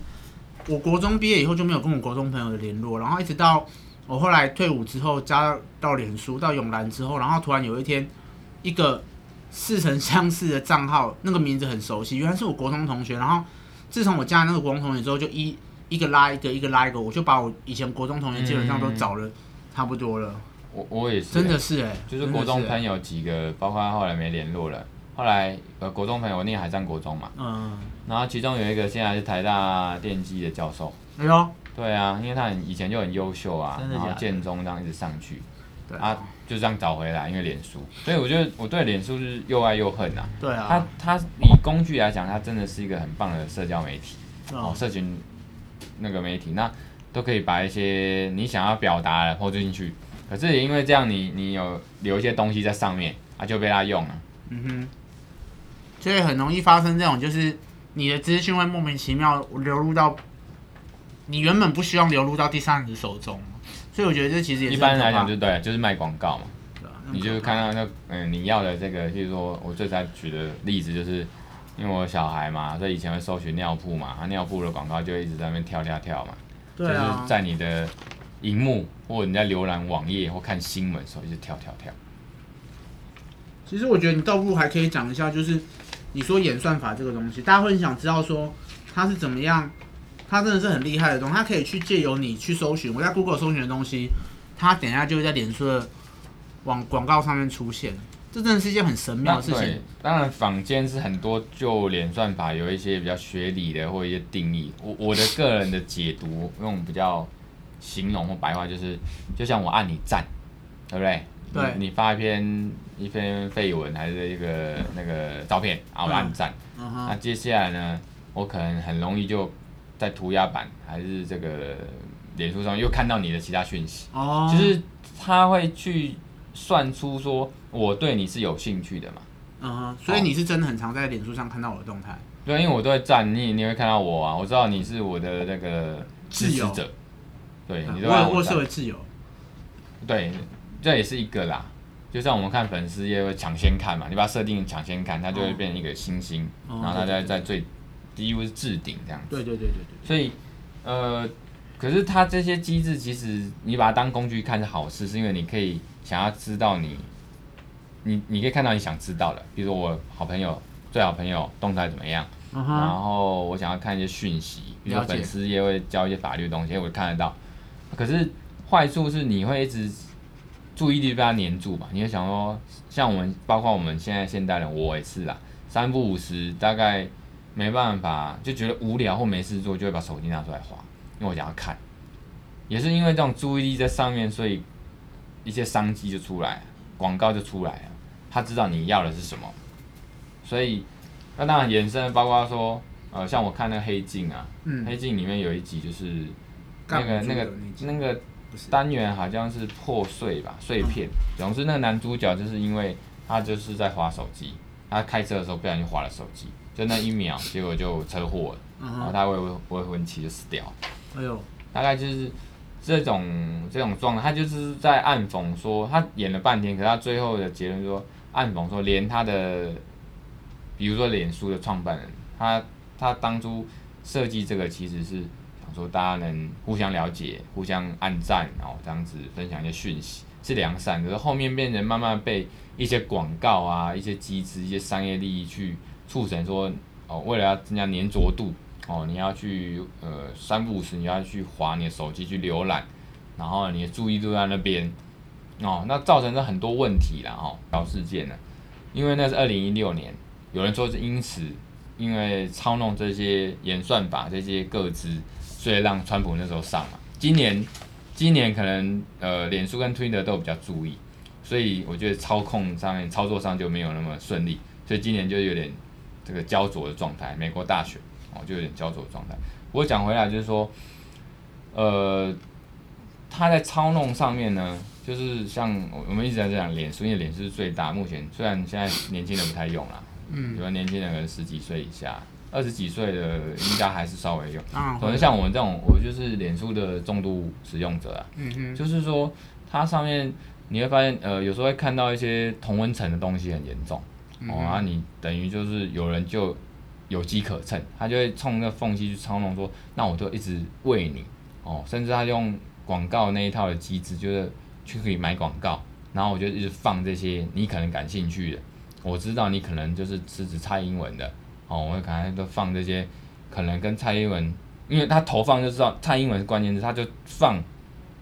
我国中毕业以后就没有跟我国中朋友的联络，然后一直到我后来退伍之后加到脸书到永兰之后，然后突然有一天，一个似曾相识的账号， 那个名字很熟悉，原来是我国中同学。然后自从我加了那个国中同学之后，就一一个拉一个，一个拉一个，我就把我以前国中同学基本上都找了差不多了，我我也是、真的是哎、欸，就是国中真的是欸朋友几个，包括后来没联络了。后来呃，国中朋友我念海上国中嘛，嗯，然后其中有一个现在是台大电机的教授，哎呦，对啊，因为他很以前就很优秀啊，真的然后假的建中这样一直上去对啊，啊，就这样找回来，因为脸书，所以我觉得我对脸书是又爱又恨啊。对啊它，它以工具来讲，它真的是一个很棒的社交媒体哦，嗯社群那个媒体，那都可以把一些你想要表达的抛进去。可是也因为这样你，你有留一些东西在上面啊，就被他用了。嗯哼，所以很容易发生这种，就是你的资讯会莫名其妙流入到你原本不希望流入到第三人手中，所以我觉得这其实也是一般来很可讲怕就对，就是卖广告嘛，对啊你就是看到那嗯你要的这个，譬如说我最常举的例子就是，因为我有小孩嘛，所以以前会搜寻尿布嘛，啊尿布的广告就一直在那边跳跳跳嘛，对就是啊，在你的荧幕或者你在浏览网页或看新闻的时候，一直跳跳跳。其实我觉得你倒不如还可以讲一下，就是你说演算法这个东西，大家会很想知道说它是怎么样，它真的是很厉害的东西，它可以去借由你去搜寻，我在 Google 搜寻的东西，它等一下就会在脸书的网广告上面出现，这真的是一件很神妙那的事情对。，当然坊间是很多就连算法有一些比较学理的或一些定义。我我的个人的解读，用比较形容或白话就是，就像我按你赞，对不对？对你你发一篇一篇绯闻还是一个那个照片，然后我按你赞。嗯哼那接下来呢，我可能很容易就在涂鸦版还是这个脸书上又看到你的其他讯息。哦，就是他会去算出说我对你是有兴趣的嘛，嗯哼，所以你是真的很常在脸书上看到我的动态，对，因为我都会赞你，你会看到我啊，我知道你是我的那个支持挚者，对嗯你都我按我我视赞，为自由，对，这也是一个啦。就像我们看粉丝也会抢先看嘛，你把它设定抢先看，它就会哦变成一个星星，哦然后它对在对在最低位是置顶这样子。对对对对对，所以，呃，可是它这些机制，其实你把它当工具看是好事，是因为你可以想要知道你，你你可以看到你想知道的，比如说我好朋友、最好朋友动态怎么样，嗯然哼，后我想要看一些讯息，比如说了解粉丝也会教一些法律的东西，我看得到。可是坏处是你会一直注意力被它黏住嘛，你会想说，像我们包括我们现在现代人，我也是啦，三不五时大概没办法，就觉得无聊或没事做，就会把手机拿出来划，因为我想要看。也是因为这种注意力在上面，所以一些商机就出来，广告就出来了。他知道你要的是什么，所以那当然延伸包括说，呃，像我看那个黑镜啊，嗯，黑镜里面有一集就是那干个不住那的个那集那个不是单元好像是破碎嗯吧，碎片。总之，那个男主角就是因为他就是在划手机，他开车的时候不小心划了手机，就那 一秒，结果就车祸了，嗯然后哼，他未未未婚妻就死掉了。哎呦，大概就是这种这种状态，他就是在暗讽说，他演了半天，可是他最后的结论说，暗讽说连他的，比如说脸书的创办人，他他当初设计这个其实是想说大家能互相了解、互相暗赞，然后这样子分享一些讯息。是良善，可是后面变成慢慢被一些广告啊、一些机制、一些商业利益去促成说，哦，为了要增加粘着度，哦，你要去呃三不五时你要去划你的手机去浏览，然后你的注意力都在那边，哦，那造成了很多问题啦哦，小事件呢，因为那是二零一六年，有人说是因此因为操弄这些演算法这些个资，所以让川普那时候上嘛，今年今年可能呃脸书跟 Twitter 都有比较注意，所以我觉得操控上面操作上就没有那么顺利。所以今年就有点这个焦灼的状态，美国大选哦就有点焦灼的状态。我讲回来就是说，呃，他在操弄上面呢，就是像我我们一直在讲脸书，因为脸书是最大，目前虽然现在年轻人不太用啦，嗯，比如年轻人可能十几岁以下，二十几岁的应该还是稍微用。当然可啊会能像我们这种，我就是脸书的重度使用者啊，嗯哼，就是说它上面你会发现，呃，有时候会看到一些同温层的东西很严重，嗯哦，然后你等于就是有人就有机可乘，他就会冲那个缝隙去操弄说，那我就一直喂你，哦，甚至他用广告那一套的机制，就是去可以买广告，然后我就一直放这些你可能感兴趣的，我知道你可能就是支持蔡英文的，哦，我会可能都放这些可能跟蔡英文。因为他投放就知道蔡英文是关键字，他就放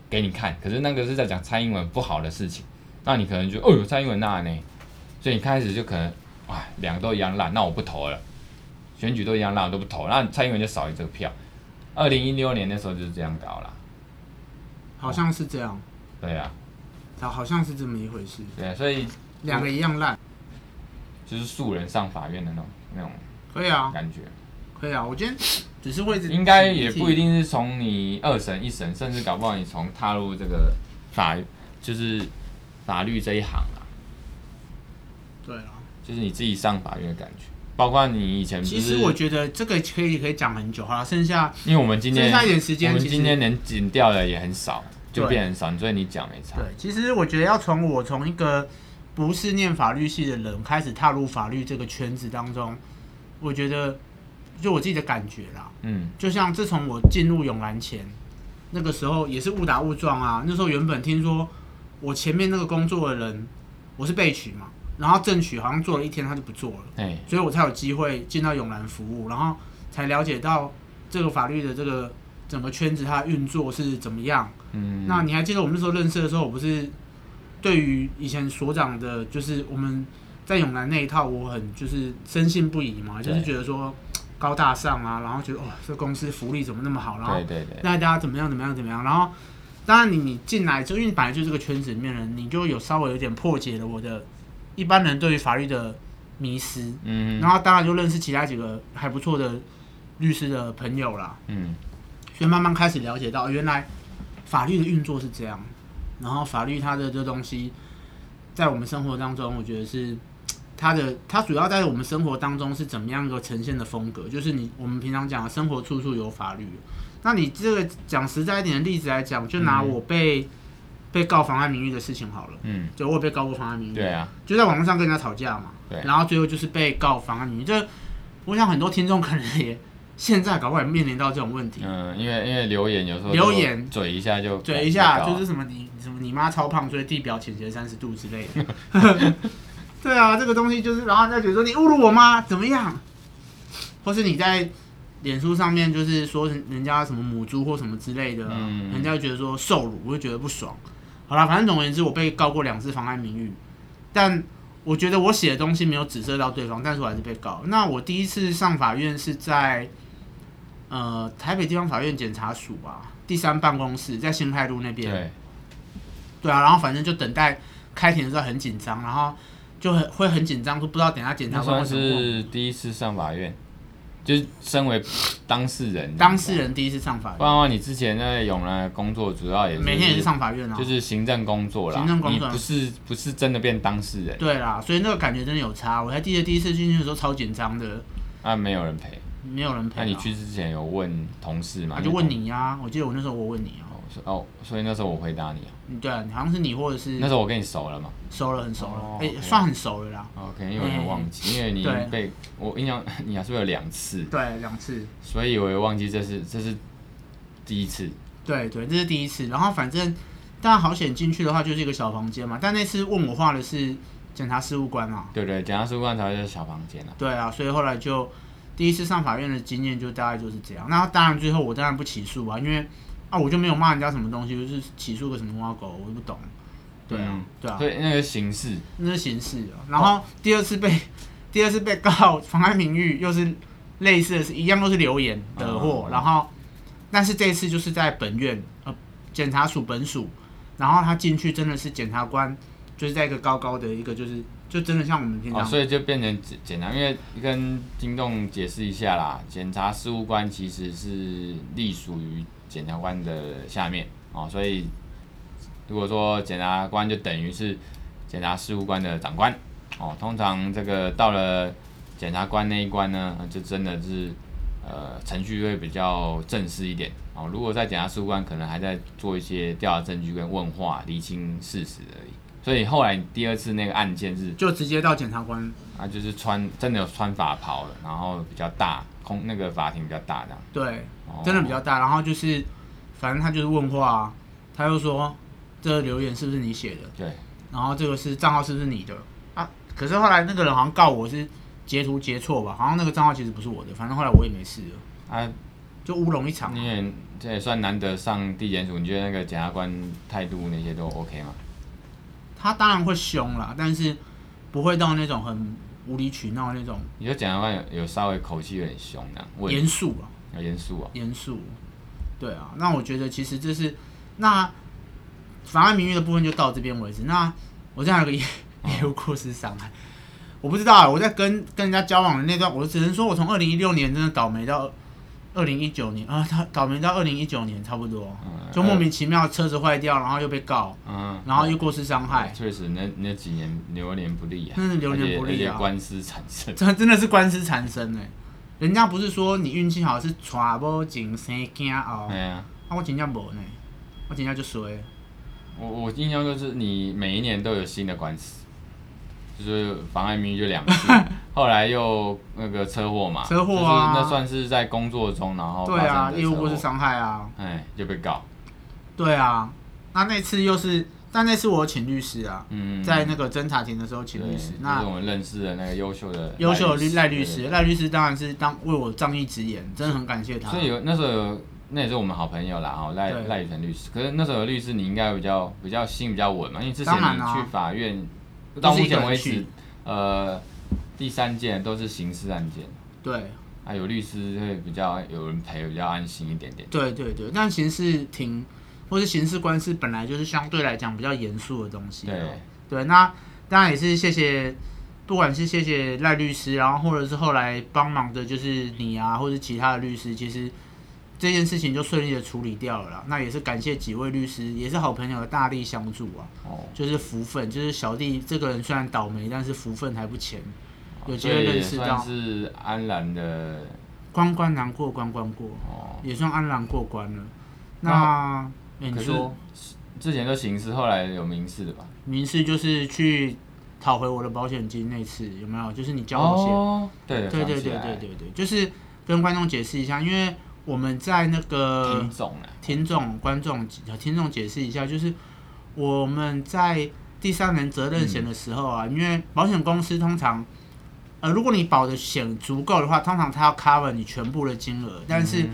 给你看，可是那个是在讲蔡英文不好的事情，那你可能就哦有蔡英文那呢，所以你开始就可能哇两个都一样烂，那我不投了，选举都一样烂，我都不投，那蔡英文就少一这个票。二零一六年那时候就是这样搞啦，好像是这样，对啊，好好像是这么一回事，对啊，所以两个一样烂，就是素人上法院的那种那种可以啊，感觉，可以啊，我今天只是位置应该也不一定是从你二审一审，甚至搞不好你从踏入这个法就是法律这一行啊，对啊。就是你自己上法院的感觉，包括你以前不是其实我觉得这个可以可以讲很久，好了，剩下因为我们今天剩下一点时间我们其实今天能剪掉的也很少，就对变很少，所以你讲没差。对，其实我觉得要从我从一个不是念法律系的人开始踏入法律这个圈子当中，我觉得就我自己的感觉啦，嗯，就像自从我进入永兰前，那个时候也是误打误撞啊。那时候原本听说我前面那个工作的人，我是被取嘛，然后正取好像做了一天他就不做了，哎，所以我才有机会进到永兰服务，然后才了解到这个法律的这个整个圈子它的运作是怎么样。嗯，那你还记得我们那时候认识的时候，我不是对于以前所长的，就是我们在永南那一套，我很就是深信不疑嘛，就是对觉得说高大上啊，然后觉得哦，这公司福利怎么那么好，然后对对对，带大家怎么样怎么样怎么样，然后当然你你进来就因为你本来就这个圈子里面的人，你就有稍微有点破解了我的一般人对于法律的迷失，嗯然后当然就认识其他几个还不错的律师的朋友啦，嗯，所以慢慢开始了解到，原来法律的运作是这样。然后法律它的这东西，在我们生活当中，我觉得是它的它主要在我们生活当中是怎么样一个呈现的风格，就是你我们平常讲的生活处处有法律。那你这个讲实在一点的例子来讲，就拿我被、被告妨碍名誉的事情好了，嗯，就我有被告过妨碍名誉，对啊，就在网络上跟人家吵架嘛，对然后最后就是被告妨碍名誉。这我想很多听众可能也现在搞不好也面临到这种问题，嗯，因为因为留言有时候留就言嘴一下就嘴一下，搞就是什么你什么你妈超胖，所以地表倾斜三十度之类的。 对啊，这个东西就是，然后人家觉得说你侮辱我妈怎么样，或是你在脸书上面就是说人人家什么母猪或什么之类的，嗯人家就觉得说受辱，我就觉得不爽。好啦，反正总而言之，我被告过两次妨碍名誉，但我觉得我写的东西没有指涉到对方，但是我还是被告。那我第一次上法院是在呃台北地方法院检察署吧，第三办公室在新泰路那边。对，对啊，然后反正就等待开庭的时候很紧张，然后就很会很紧张，说不知道等一下检察那官算会怎么问。是第一次上法院，就是身为当事人，当事，人第一次上法不院，然的话你之前在永兰的工作主要也每天也是上法院啊。就是行政工作啦，行政工你作不是不是真的变当事人对啦，所以那个感觉真的有差。我还记得第一次进去的时候超紧张的，啊，没有人陪。没有人陪、那啊。你去之前有问同事吗？啊，就问你呀、我记得我那时候我问你啊，哦，所哦，所以那时候我回答你啊，嗯对啊，好像是你或者是那时候我跟你熟了嘛熟了很熟了哦，哎、 OK 算很熟了啦。 ，OK，因为我有点忘记，因为你嗯 对被我印象 你还是不是有两次，对，两次，所以我也忘记这是这是第一次，对对，这是第一次。然后反正，但好险进去的话就是一个小房间嘛。但那次问我话的是检察事务官啊，对对，检察书馆才会是小房间啊，对啊，所以后来就第一次上法院的经验就大概就是这样。那当然最后我当然不起诉啊，因为啊我就没有骂人家什么东西，就是起诉个什么挖狗，我又不懂。对啊嗯，对啊，所以那个形式，那是刑事啊。然哦后第二次被第二次被告妨碍名誉，又是类似的是一样都是留言惹祸，嗯然后但是这次就是在本院呃检察署本署，然后他进去真的是检察官就是在一个高高的一个，就是就真的像我们平哦，常、所以就变成简简单，因为跟听众解释一下啦，检察事务官其实是隶属于检察官的下面哦，所以如果说检察官就等于是检察事务官的长官哦，通常这个到了检察官那一关呢，呃就真的是呃程序会比较正式一点哦，如果在检察事务官可能还在做一些调查证据跟问话、厘清事实而已。所以后来你第二次那个案件是就直接到检察官。啊，就是穿真的有穿法袍的，然后比较大，空那个法庭比较大这样。对，哦真的比较大。然后就是，反正他就是问话、啊，他就说这个留言是不是你写的？对，然后这个是账号是不是你的啊？可是后来那个人好像告我是截图截错吧，好像那个账号其实不是我的，反正后来我也没事了，啊，就乌龙一场啊、你也这也算难得上地检署，你觉得那个检察官态度那些都 OK 吗？他当然会凶啦，但是不会到那种很无理取闹那种你觉得检察官有有稍微口气有点凶这样，问严肃啊。有严肃啊？严肃。对啊，那我觉得其实这是那妨碍名誉的部分就到这边为止。那我这样有个业 业务过失伤害，我不知道啊。我在跟跟人家交往的那段，我只能说我从二零一六年真的倒霉到二零一九年啊，他倒霉到二零一九年差不多，嗯就莫名其妙车子坏掉，然后又被告，嗯，然后又过失伤害，确实那那几年流年不利啊，真是流年不利啊而且而且官司缠身。真真的是官司缠身哎、人家不是说你运气好是娶某前生惊哦哎，呀，啊我真正无呢，我真正就衰。我我印象就是你每一年都有新的官司，就是妨碍名誉就两次， 后来又那个车祸嘛，车祸啊就是那算是在工作中然后对啊，发生的业车务祸过失，伤害啊，哎，就被告，对啊。那那次又是，但那次我有请律师啊，嗯，在那个侦查庭的时候对请律师。就是那我们认识的那个优秀的优秀的律赖律对师，赖律师当然是当为我仗义直言，真的很感谢他所。以有那时候有那也是我们好朋友啦，哦，赖对赖宇辰律师。可是那时候有律师，你应该比较比较心比较稳嘛，因为之前当然你啦去法院，都到是目一个前人为去止，呃，第三件都是刑事案件。对啊，有律师会比较有人陪，比较安心一点点。对对对，但刑事庭或是刑事官司本来就是相对来讲比较严肃的东西。啊对，对，那当然也是谢谢，不管是谢谢赖律师，然后或者是后来帮忙的，就是你啊，或者其他的律师，其实这件事情就顺利的处理掉了啦。那也是感谢几位律师，也是好朋友的大力相助啊，哦，就是福分，就是小弟这个人虽然倒霉，但是福分还不浅，有机所会以也认识算到是安然的关关难过关关过，哦。也算安然过关了。那那欸可你是说之前都刑事，后来有民事的吧？民事就是去讨回我的保险金那次有没有？就是你交我钱。哦，对对对想起对来对对对，就是跟观众解释一下，因为我们在那个听众啊，听众、观众、呃听众解释一下，就是我们在第三人责任险的时候嗯啊，因为保险公司通常，呃，如果你保的险足够的话，通常它要 cover 你全部的金额，但嗯是。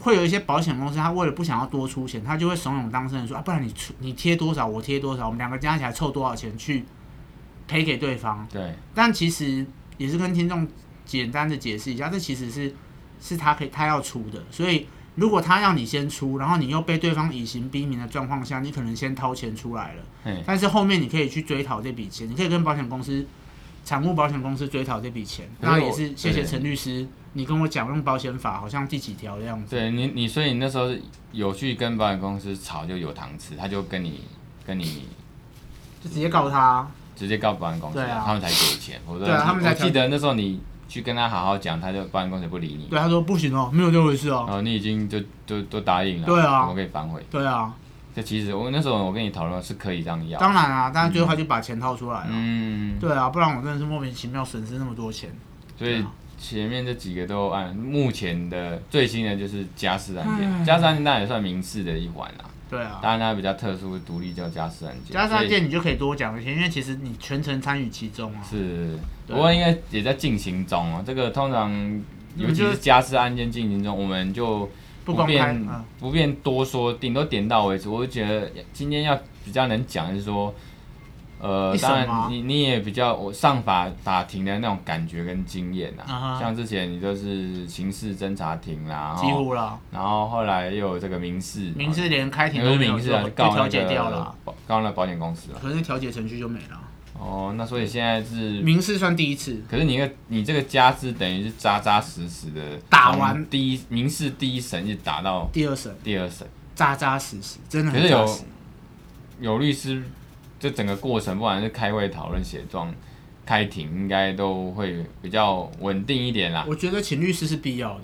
会有一些保险公司，他为了不想要多出钱，他就会怂恿当事人说啊，不然你出你贴多少，我贴多少，我们两个加起来凑多少钱去赔给对方。对，但其实也是跟听众简单的解释一下，这其实是是他可以他要出的，所以如果他要你先出，然后你又被对方以刑逼民的状况下，你可能先掏钱出来了，嘿，但是后面你可以去追讨这笔钱，你可以跟保险公司、产物保险公司追讨这笔钱。可是我那也是谢谢对陈律师，你跟我讲用保险法好像第几条的样子。对你你，所以你那时候有去跟保险公司吵，就有糖吃，他就跟你跟你就直接告他，直接告保险公司，对啊他们才给钱。否则对啊他们才我记得那时候你去跟他好好讲，他就保险公司也不理你。对他说不行哦，没有这回事哦，哦，你已经就就都答应了，对啊我可以反悔。对啊，这其实我那时候我跟你讨论是可以这样要，当然啊，但是最后他就把钱掏出来了，嗯，对啊，不然我真的是莫名其妙损失那么多钱。所啊以前面这几个都按目前的最新的就是家事案件，唉家事案件当然也算民事的一环啦，对啊，当然它比较特殊独立叫家事案件，加上所以件你就可以多讲一些，因为其实你全程参与其中啊。是，对不过应该也在进行中哦。这个通常尤其就是家事案件进行中，我们就不公开便嗯不便多说，顶多点到为止。我就觉得今天要比较能讲的是说，呃一，审当吗然你你也比较我上法法庭的那种感觉跟经验啊啊哈像之前你就是刑事侦查庭啦，几然后乎了，然后后来又有这个民事，民事连开庭因都为没有民事啊做，告就调那解掉个了，保告那保险公司了。啊可是调解程序就没了。哦，那所以现在是，民事算第一次，可是你一个你这个家是等于是扎扎实实的打完从第一民事第一审，一直打到第二审第二审，扎扎实实，真的可嗯很是有扎实。有律师，这整个过程，不管是开会讨论、写状、开庭，应该都会比较稳定一点啦。我觉得请律师是必要的。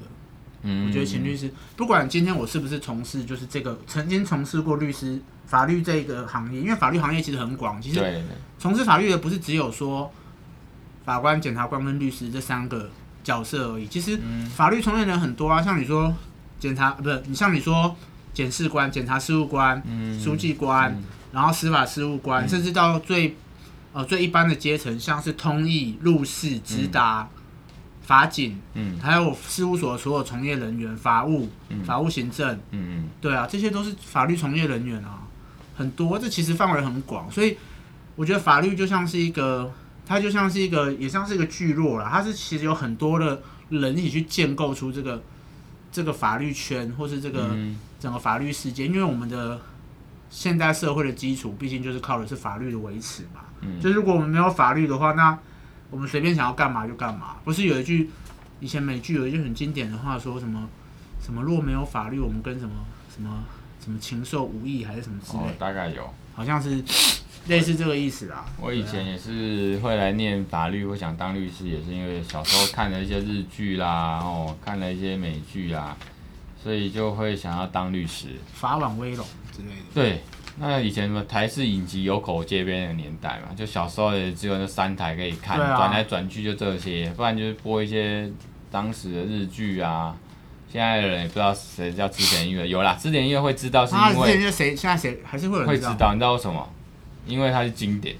嗯，我觉得请律师，不管今天我是不是从事就是这个曾经从事过律师法律这个行业，因为法律行业其实很广，其实对，从事法律的不是只有说法官、检察官跟律师这三个角色而已。其实法律从业人很多啊，像你说检察，呃不是你像你说检事官、检察事务官、书记官，然后司法事务官，甚至到最呃最一般的阶层，像是通译、入室、直达、法警，嗯还有事务所所有从业人员、法务、法务行政，嗯对啊，这些都是法律从业人员啊，很多，这其实范围很广，所以我觉得法律就像是一个，它就像是一个，也像是一个聚落啦，它是其实有很多的人一起去建构出这个这个法律圈，或是这个整个法律世界，因为我们的现代社会的基础，毕竟就是靠的是法律的维持嘛。嗯、就如果我们没有法律的话，那我们随便想要干嘛就干嘛。不是有一句以前美剧有一句很经典的话，说什么什么若没有法律，我们跟什么什么什么禽兽无异，还是什么之类哦的，大概有。好像是 类似这个意思啦。我以前也是会来念法律，我想当律师，也是因为小时候看了一些日剧啦，哦，看了一些美剧啦，所以就会想要当律师。法网威龙之类的，对，那以前什么台式影集有口皆碑的年代嘛，就小时候也只有那三台可以看，对啊转、来转去就这些，不然就是播一些当时的日剧啊。现在的人也不知道谁叫织田裕二，有啦，织田裕二会知道是啊，因之为前就谁现在谁还是会有会人知道，你知道为什么？因为它是经典。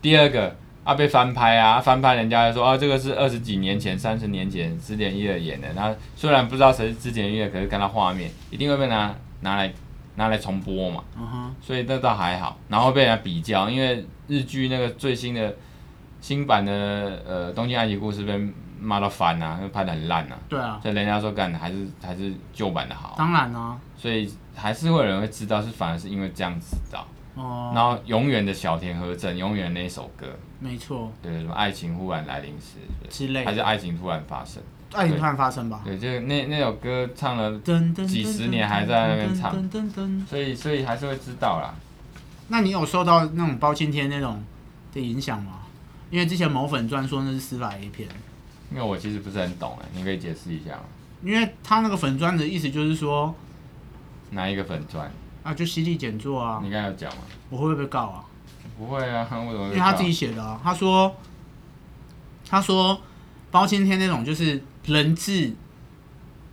第二个啊，被翻拍啊，翻拍人家就说啊，这个是二十几年前、三十年前之前一二演的。那虽然不知道谁是之前一二，可是看到画面一定会被拿拿来拿来重播嘛，嗯哼，所以那倒还好。然后被人家比较，因为日剧那个最新的新版的呃《东京爱情故事》被骂到翻啊，因为拍的很烂啊，对啊，所以人家说干还是还是旧版的好，当然啊，所以还是会有人会知道，是反而是因为这样知道。哦、然后永远的小田和正，永远那首歌，没错，对，什么爱情忽然来临时，之对类还的，是爱情突然发生，爱情突然发生吧。对，就是那那首歌唱了，噔噔几十年还在那边唱噔噔噔噔。所以所以还是会知道啦。那你有受到那种包青天那种的影响吗？因为之前某粉专说那是司法 A 片，因为我其实不是很懂哎，你可以解释一下吗？因为他那个粉专的意思就是说哪一个粉砖？啊，就犀利简作啊，你刚才有讲吗？我会不会被告啊？不会啊， 我怎么因会为他知道自己写的啊，他说他说包青天那种就是人治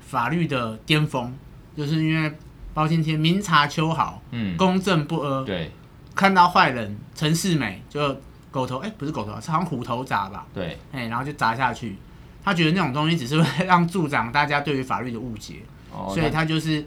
法律的巅峰，就是因为包青天明察秋毫，嗯，公正不阿，对看到坏人陈世美就狗头，哎、不是狗头啊，是好像虎头铡吧？对，哎，然后就砸下去。他觉得那种东西只是会让助长大家对于法律的误解，哦，所以他就是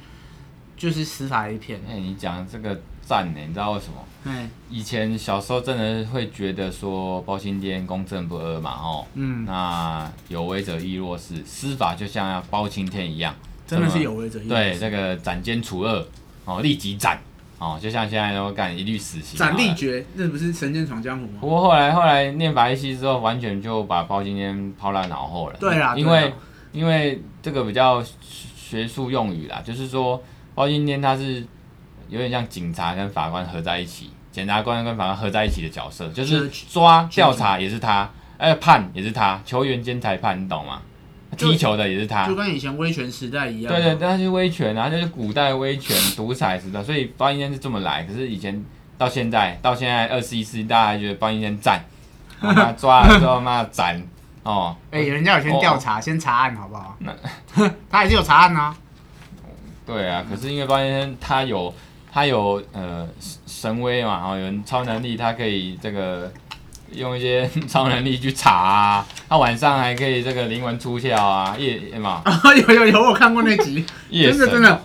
就是司法一片那。哎，你讲这个赞呢，你知道为什么？哎，以前小时候真的会觉得说包青天公正不阿嘛，哦，嗯，那有为者亦若是，司法就像包青天一样，真的什是么有为者亦对，这个斩奸除恶哦，立即斩哦，就像现在都干一律死刑，斩立好了。决，那不是《神剑闯江湖》吗不？过后来后来念法医系之后，完全就把包青天抛到脑后了。对啦啊因对为啦因为这个比较学术用语啦，就是说包青天他是有点像警察跟法官合在一起，检察官跟法官合在一起的角色，就是就是抓调查也是他，哎判也是他，球员兼裁判，你懂吗？就踢球的也是他，啊就跟以前威权时代一样啊。对对，但是威权啊，就是古代威权独裁时代，所以包青天是这么来。可是以前到现在，到现在二十一世纪，大家还觉得包青天赞，哦妈抓了之后妈斩哦，哎，人家有先调查，先查案好不好？ 他还是有查案 啊。对啊。可是因为包青天他有他有呃神神威嘛，哦有人超能力，他可以这个用一些 超能力去查啊，他晚上还可以这个灵魂出窍啊，夜嘛有有有，我看过那集， 夜真神啊的真的，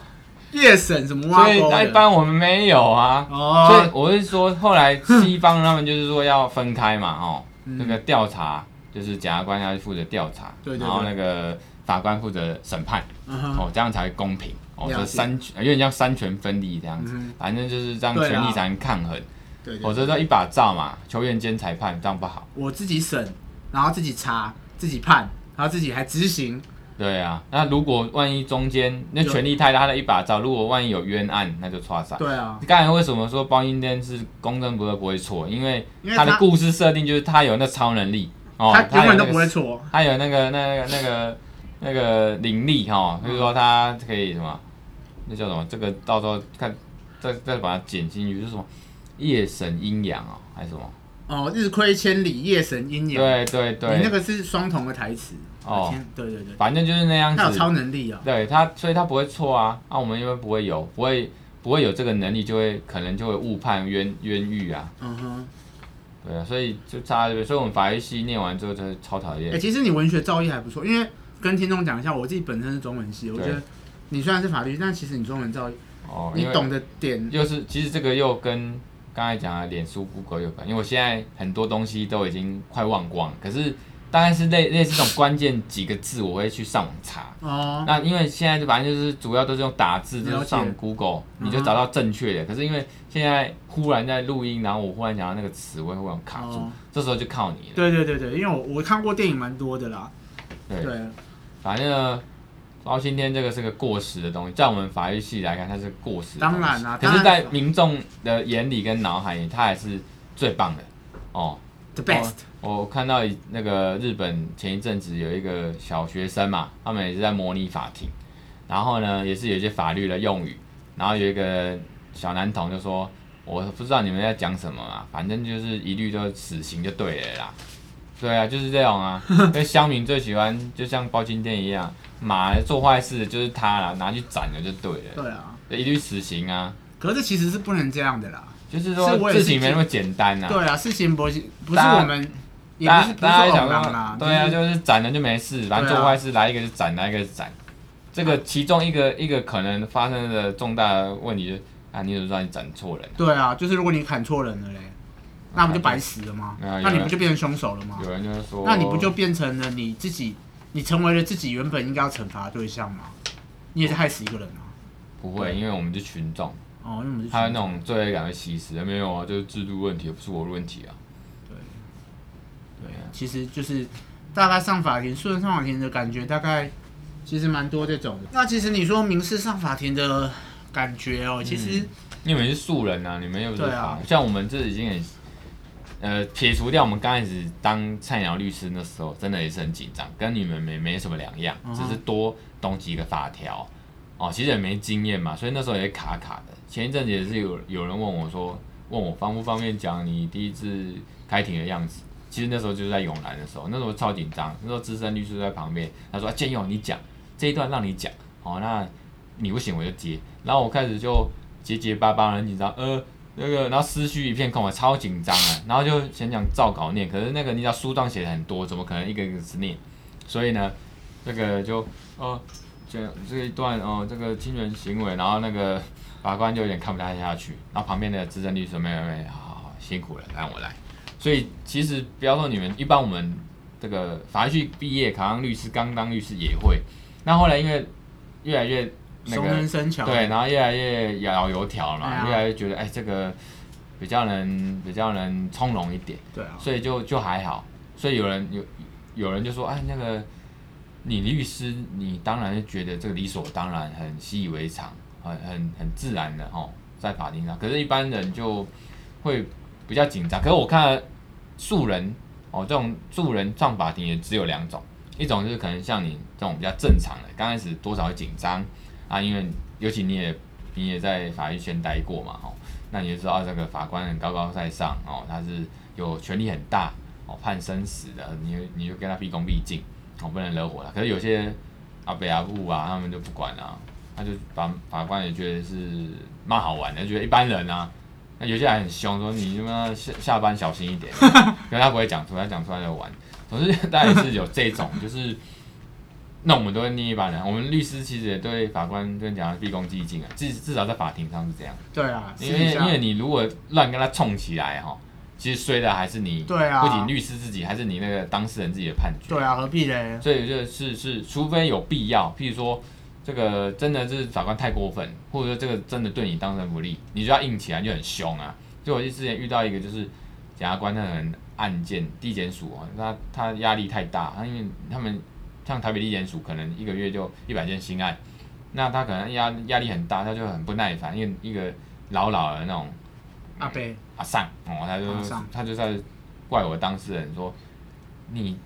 夜审什么挖所以沟那一的。般我们没有啊。所以哦，我是说，后来西方他们就是说要分开嘛，哦，嗯那个调查就是检察官要负责调查，对对对然后那个法官负责审判，嗯哼哦，这样才公平。哦，了解这三权有点像三权分立这样子，反正就是这样对啊权力才能抗衡，对啊对否则都一把照嘛，球员兼裁判这样不好。我自己审，然后自己查，自己判，然后自己还执行。对啊，那如果万一中间那有权力太大的一把照，如果万一有冤案，那就错散。对啊，刚才为什么说包青天是公正不二不会错？因为因为他的他故事设定就是他有那超能力哦，他永有远那都个不会错。他有那个那个那个那个灵力哈、嗯哦，就是说他可以什么，那叫什么？这个到时候看再再把它剪进去，就是什么夜神阴阳哦，还是什么？哦，日亏千里，夜神阴阳。对对对，你那个是双瞳的台词。哦天，对对对，反正就是那样他有子。超能力啊。对他，所以他不会错啊。那、我们因为不会有，不会不会有这个能力，就会可能就会误判冤冤狱啊。嗯哼，对啊，所以就差在这边。所以我们法律系念完之后，真的超讨哎、厌。其实你文学造诣还不错，因为跟听众讲一下，我自己本身是中文系，我觉对得你虽然是法律，但其实你中文造诣，哦，你因为懂的点，又是其实这个又跟刚才讲的脸书、Google 有关，因为我现在很多东西都已经快忘光了，可是大概是类类似这种关键几个字，我会去上网查。哦，那因为现在就反正就是主要都是用打字，就了是解嗯上 Google，你就找到正确的。可是因为现在忽然在录音，然后我忽然讲到那个词汇，忽然卡住哦，这时候就靠你了。对对对对，因为我我看过电影蛮多的啦，对对，反正呢，包青天这个是个过时的东西，在我们法律系来看，它是过时的东西。当然啦可当然是，在民众的眼里跟脑海里，它还是最棒的哦。 ，The Best，我我看到一那个日本前一阵子有一个小学生嘛，他们也是在模拟法庭，然后呢，也是有一些法律的用语，然后有一个小男童就说：“我不知道你们在讲什么啊，反正就是一律都死刑就对了啦。”对啊，就是这种啊，因为乡民最喜欢就像包青天一样，妈的做坏事的就是他啦，拿去斩了就对了，对啊，一律死刑啊，可是这其实是不能这样的啦，就是是我说也是事情没那么简单呐、对啊，事情不是不是大家我们，也不大是不是大家偶想然啦说，，对啊，就是就是斩了就没事，反对啊啊正做坏事来一个就斩，来一个就斩。这个其中一个一个可能发生的重大的问题就是啊，你怎么知道你斩错人？对啊，就是如果你砍错人了嘞，那不就白死了吗？啊有那你人不就变成凶手了吗？有人就是说，那你不就变成了你自己，你成为了自己原本应该要惩罚的对象吗？你也是害死一个人啊！不会？因为我们是群众，哦，因为我们是他有那群种罪恶感会稀释。没有啊，就是制度问题，不是我的问题啊。众对，啊其实就是大概上法庭，素人上法庭的感觉大概其实蛮多这种的。那其实你说民事上法庭的感觉哦，其嗯实、因为你们是素人啊，你们又不是对啊法像我们这已经很，呃，撇除掉我们刚开始当菜鸟律师那时候，真的也是很紧张，跟你们没没什么两样，嗯只是多懂几个法条。哦，其实也没经验嘛，所以那时候也卡卡的。前一阵子也是有有人问我说，问我方不方便讲你第一次开庭的样子。其实那时候就是在永兰的时候，那时候超紧张，那时候资深律师在旁边，他说：“啊，建勇你讲这一段让你讲，哦，那你不行我就接。”然后我开始就结结巴巴，很紧张，呃，那个，然后思绪一片空白，超紧张啊。然后就想讲照稿念，可是那个你知道书上写的很多，怎么可能一个一个字念？所以呢，那个就哦，讲这一段哦，这个侵权行为，然后那个法官就有点看不太下去，然后旁边的资深律师说没有没有，好好好，辛苦了，让我来。所以其实不要说你们，一般我们这个法律系毕业考上律师，刚当律师也会。那后来因为越来越那熟个能生巧。对，然后越来越咬油条嘛，哎呀越来越觉得哎，这个比较能比较能从容一点，对啊，所以就就还好。所以有人有有人就说，哎，那个你律师，你当然是觉得这个理所当然，很习以为常，很很很自然的哦，在法庭上。可是，一般人就会比较紧张。可是我看了素人哦，这种素人上法庭也只有两种，一种就是可能像你这种比较正常的，刚开始多少会紧张啊，因为尤其你也你也在法律圈待过嘛，哦，那你就知道这个法官很高高在上哦，他是有权力很大哦，判生死的，你就你就跟他毕恭毕敬哦，不能惹火他。可是有些阿北阿布啊，他们就不管啊，他就把法官也觉得是蛮好玩的，觉得一般人啊。那有些人很凶，说你他妈下下班小心一点，可是他不会讲出来，他讲出来就玩。总之，大家也是有这种，就是那我们都会捏一把凉。我们律师其实也对法官跟检察官毕恭毕敬啊，至至少在法庭上是这样。对啊，私因底为因下为你如果乱跟他冲起来哈，其实衰的还是你，对啊不仅律师自己，还是你那个当事人自己的判决。对啊，何必嘞？所以就是是，除非有必要，譬如说这个真的是法官太过分，或者说这个真的对你当事人不利，你就要硬起来，就很凶啊。就我之前遇到一个就是检察官，他可能案件地检署啊，他他压力太大，他因为他们像台北地检署可能一个月就一百件新案，那他可能压压力很大，他就很不耐烦，因为一个老老的那种阿贝，阿上哦，他阿就上他就在怪我当事人说，你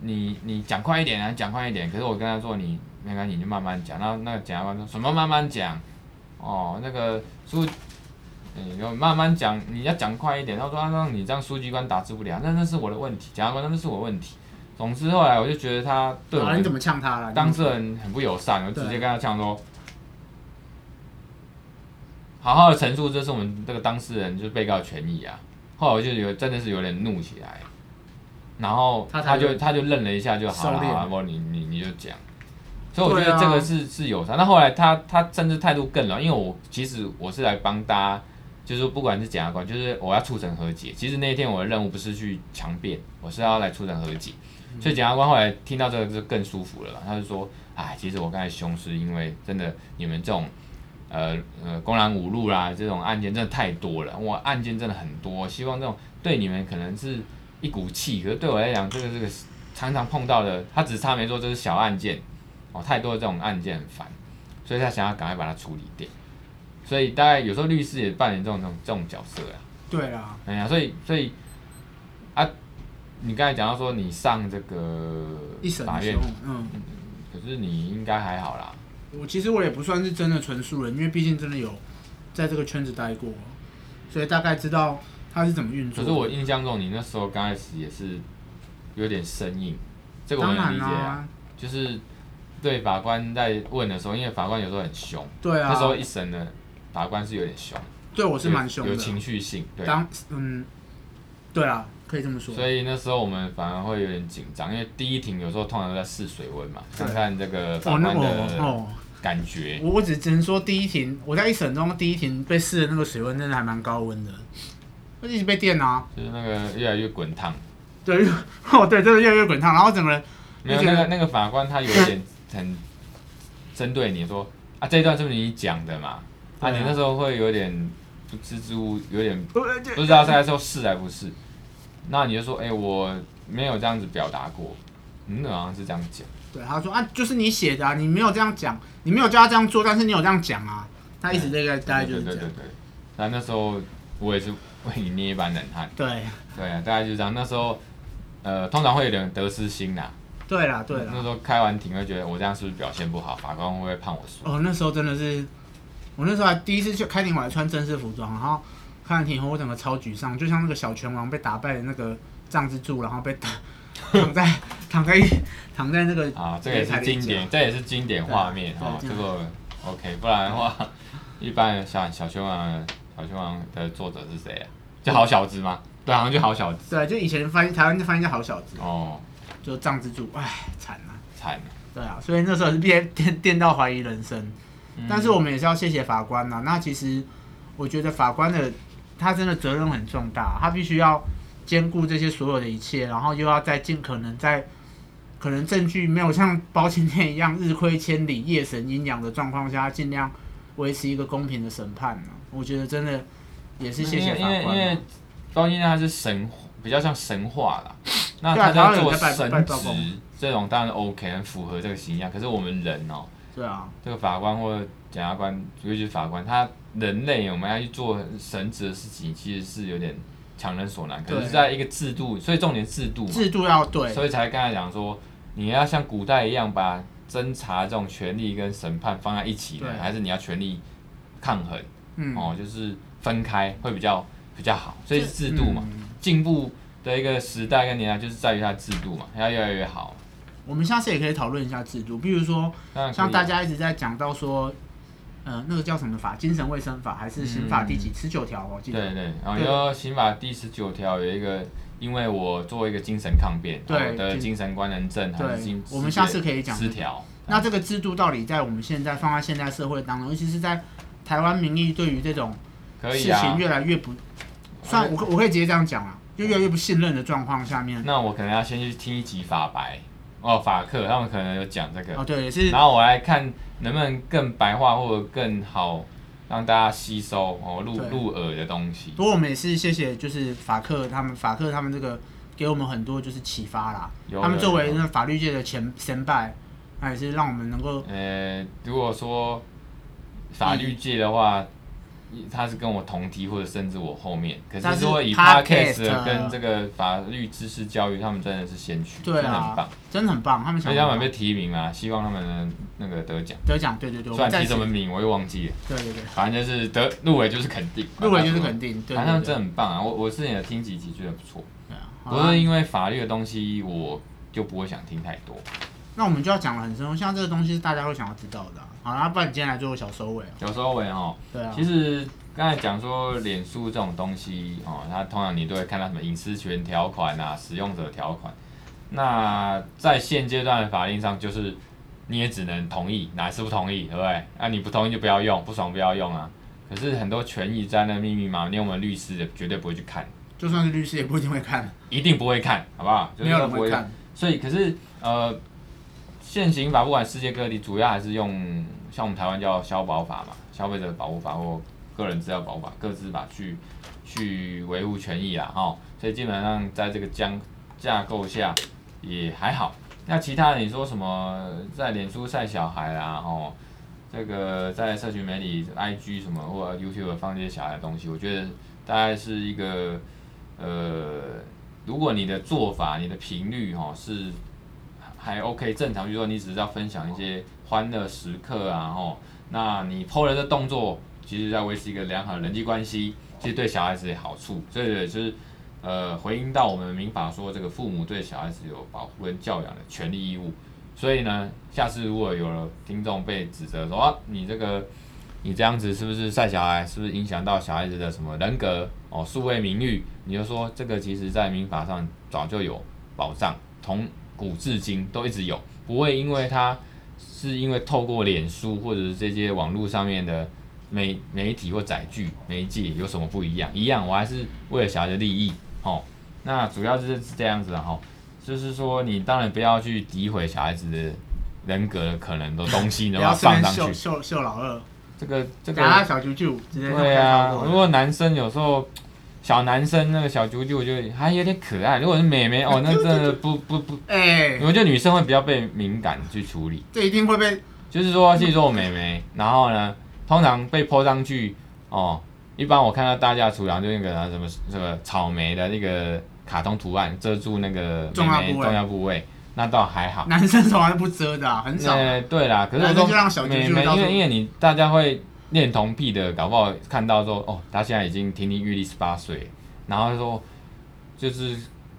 你你讲快一点啊，讲快一点。可是我跟他说你没关系，你就慢慢讲。然后那个检察官说什么慢慢讲？哦，那个书，你就慢慢讲，你要讲快一点。他说啊，让你这样书记官打字不了，那那是我的问题，检察官那是我的问题。总之后来我就觉得他对我啊，们你怎么呛他了？当事人很不友善，我直接对跟他讲说，好好的陈述，这是我们这个当事人就是被告的权益啊。后来我就有真的是有点怒起来，然后他才他就他就愣了一下就好了，收敛好了，不你你你就讲。所以我觉对得啊这个是、是友善。那后来他他政治态度更软，因为我其实我是来帮大家，就是不管是检察官，就是我要促成和解。其实那一天我的任务不是去强辩，我是要来促成和解。嗯所以检察官后来听到这个就更舒服了吧，他就说：“哎，其实我刚才凶是因为真的你们这种，呃呃公然侮辱啦这种案件真的太多了，我案件真的很多，希望这种对你们可能是一股气，可是对我来讲，这个这个常常碰到的，他只差没说这是小案件，哦，太多这种案件很烦，所以他想要赶快把它处理掉。所以大概有时候律师也扮演这种这种这种角色啊。”对啊，哎呀，所以所以啊，你刚才讲到说你上这个一审法的时院候，，嗯，可是你应该还好啦。我其实我也不算是真的纯素人，因为毕竟真的有在这个圈子待过，所以大概知道他是怎么运可作。是我印象中你那时候刚开始也是有点生硬，这个我当能然理解啦、啊，就是对法官在问的时候，因为法官有时候很凶，对啊那时候一审呢，法官是有点凶，对我是蛮凶有的有，情绪性，对。当嗯，对啊，可以这么说。所以那时候我们反而会有点紧张，因为第一庭有时候通常都在试水温嘛，对看看这个法哦，那官我的哦，感觉。我我只只能说第一庭，我在一审中第一庭被试的那个水温真的还蛮高温的，我一直被电啊，就是那个越来越滚烫。对， 哦对，真的越来越滚烫，然后整个人没有而且那个那个法官他有一点很针对你说啊，这一段是不是你讲的嘛？对啊，啊你那时候会有点不支支吾，有点呃就不知道是在说是还不是。那你就说，哎、我没有这样子表达过，嗯，好像是这样讲。对，他说啊，就是你写的啊，你没有这样讲，你没有叫他这样做，但是你有这样讲啊。他一直这个大概对就对是对这对样，对。那那时候我也是为你捏一把冷汗。对对啊，大概就这样。那时候呃，通常会有点得失心啦。对啦对那啦。时候开完庭会觉得我这样是不是表现不好，法官会不会判我输？哦，那时候真的是，我那时候还第一次去开庭，我还穿正式服装，然后看完庭以后，我整个超沮丧，就像那个小拳王被打败的那个藏之柱，然后被打躺在 躺在躺在那个啊，这个也是经典，这也是经典画面对啊哦。对这个 OK，不然的话，一般像小熊王，小熊王的作者是谁啊？就好小子吗？对，好像就好小子对，就以前翻译台湾就翻译叫好小子，哦，就藏之柱，唉，惨了、惨。对啊，所以那时候是被电电到怀疑人生。嗯但是我们也是要谢谢法官呐、那其实我觉得法官的他真的责任很重大，他必须要兼顾这些所有的一切，然后又要在尽可能在可能证据没有像包青天一样日亏千里、夜神阴阳的状况下，尽量维持一个公平的审判呢、我觉得真的也是谢谢法嗯因为因为因官为啊、包青天他是神，比较像神话啦。那对啊他台湾在人做在拜拜神道公职这种当然 OK，很符合这个形象。可是我们人哦，对啊，这个法官或者检察官，尤其是法官，他人类我们要去做神职的事情，其实是有点强人所难。可对是，在一个制度，所以重点制度嘛，制度要对，所以才刚才讲说，你要像古代一样把侦查这种权利跟审判放在一起呢对，还是你要权力抗衡？嗯，哦，就是分开会比较比较好。所以是制度嘛，嗯进步的一个时代跟年代就是在于它的制度嘛，它要越来越好。我们下次也可以讨论一下制度，比如说当然可以像大家一直在讲到说，呃那个叫什么法？精神卫生法还是刑法第几十九条？我记嗯对得。对，哦然后就刑法第十九条有一个，因为我作为一个精神抗辩，哦对我的精精神官能症还是对精，我们下次可以讲失调。那这个制度到底在我们现在放在现代社会当中，尤其是在台湾民意对于这种可以事啊情，越来越不，算我可我可以直接这样讲啊，就越来越不信任的状况下面，那我可能要先去听一集法白哦，法课他们可能有讲这个，哦对，也是然后我来看能不能更白话或者更好让大家吸收哦入对入耳的东西。不过我们也是谢谢，就是法克他们，法克他们这个给我们很多就是启发啦有。他们有作为有那法律界的前先拜，那也是让我们能够呃，如果说法律界的话，他是跟我同梯或者甚至我后面，可但是是如果以 podcast 啊 podcast 跟这个法律知识教育，他们真的是先驱，对真的很啊棒。，真的很棒，他们所想以他们被提名啊，希望他们能那个得奖。得奖，对对对，我虽们然再提什次么名我又忘记了，对对对，反正就是得入围就是肯定，入围就是肯定，对反正对他们真对，的很棒啊！我我之前有听几集觉得不错，对啊好不啦是因为法律的东西我就不会想听太多，那我们就要讲的很深，像这个东西是大家会想要知道的啊。好啦，不然你今天来做个小收尾啊。有时候我也哦。对啊其，实刚才讲说脸书这种东西哦，它通常你都会看到什么隐私权条款啊、使用者条款。那在现阶段的法令上，就是你也只能同意，哪是不同意，对不对？啊那、你不同意就不要用，不爽不要用啊。可是很多权益在那密密麻麻，连我们律师也绝对不会去看，就算是律师也不一定会看，一定不会看，好不好？就没是有说人不会会看。所以可是呃，现行法不管世界各地，主要还是用像我们台湾叫消保法嘛，消费者保护法或个人资料保护法、各自法去去维护权益啦，哦，所以基本上在这个将架构下也还好。那其他的你说什么在脸书晒小孩啦，哦，这个在社群媒体、IG 什么或 YouTube 放这些小孩的东西，我觉得大概是一个呃如果你的做法、你的频率哈、哦、是还 OK 正常，比如说你只是要分享一些欢乐时刻啊，吼、那你 PO 了这动作，其实在维持一个良好的人际关系，其实对小孩子也好处，所以就是呃回应到我们民法说这个父母对小孩子有保护跟教养的权利义务，所以呢，下次如果有了听众被指责说啊你这个。你啊这样子是不是晒小孩？是不是影响到小孩子的什么人格哦、数位名誉？你就说这个其实在民法上早就有保障，从古至今都一直有，不会因为它是因为透过脸书或者是这些网络上面的媒媒体或载具媒介有什么不一样？一样，我还是为了小孩的利益哦。那主要就是这样子哈、哦，就是说你当然不要去诋毁小孩子的人格的可能的东西，你不要要把它这放边上秀去。秀秀老二，这个这个讲他小九九直接对啊，如我果男生有时候小男生那个小啾啾，我觉得还有点可爱。如果是妹妹哦，那真 的不不不，哎，我觉得女生会比较被敏感去处理。这一定会被就是说，譬如说我妹妹，然后呢，通常被泼上去哦，一般我看到大家的厨房就那个什么什么草莓的那个卡通图案遮住那个妹重要妹部位重要部位，那倒还好。男生从来不遮的、啊，很少。呃，对啦，可是男我生说就让小妹啾啾妹，到因处为因为你大家会恋童癖的，搞不好看到说哦，他现在已经亭亭玉立十八岁，然后说就是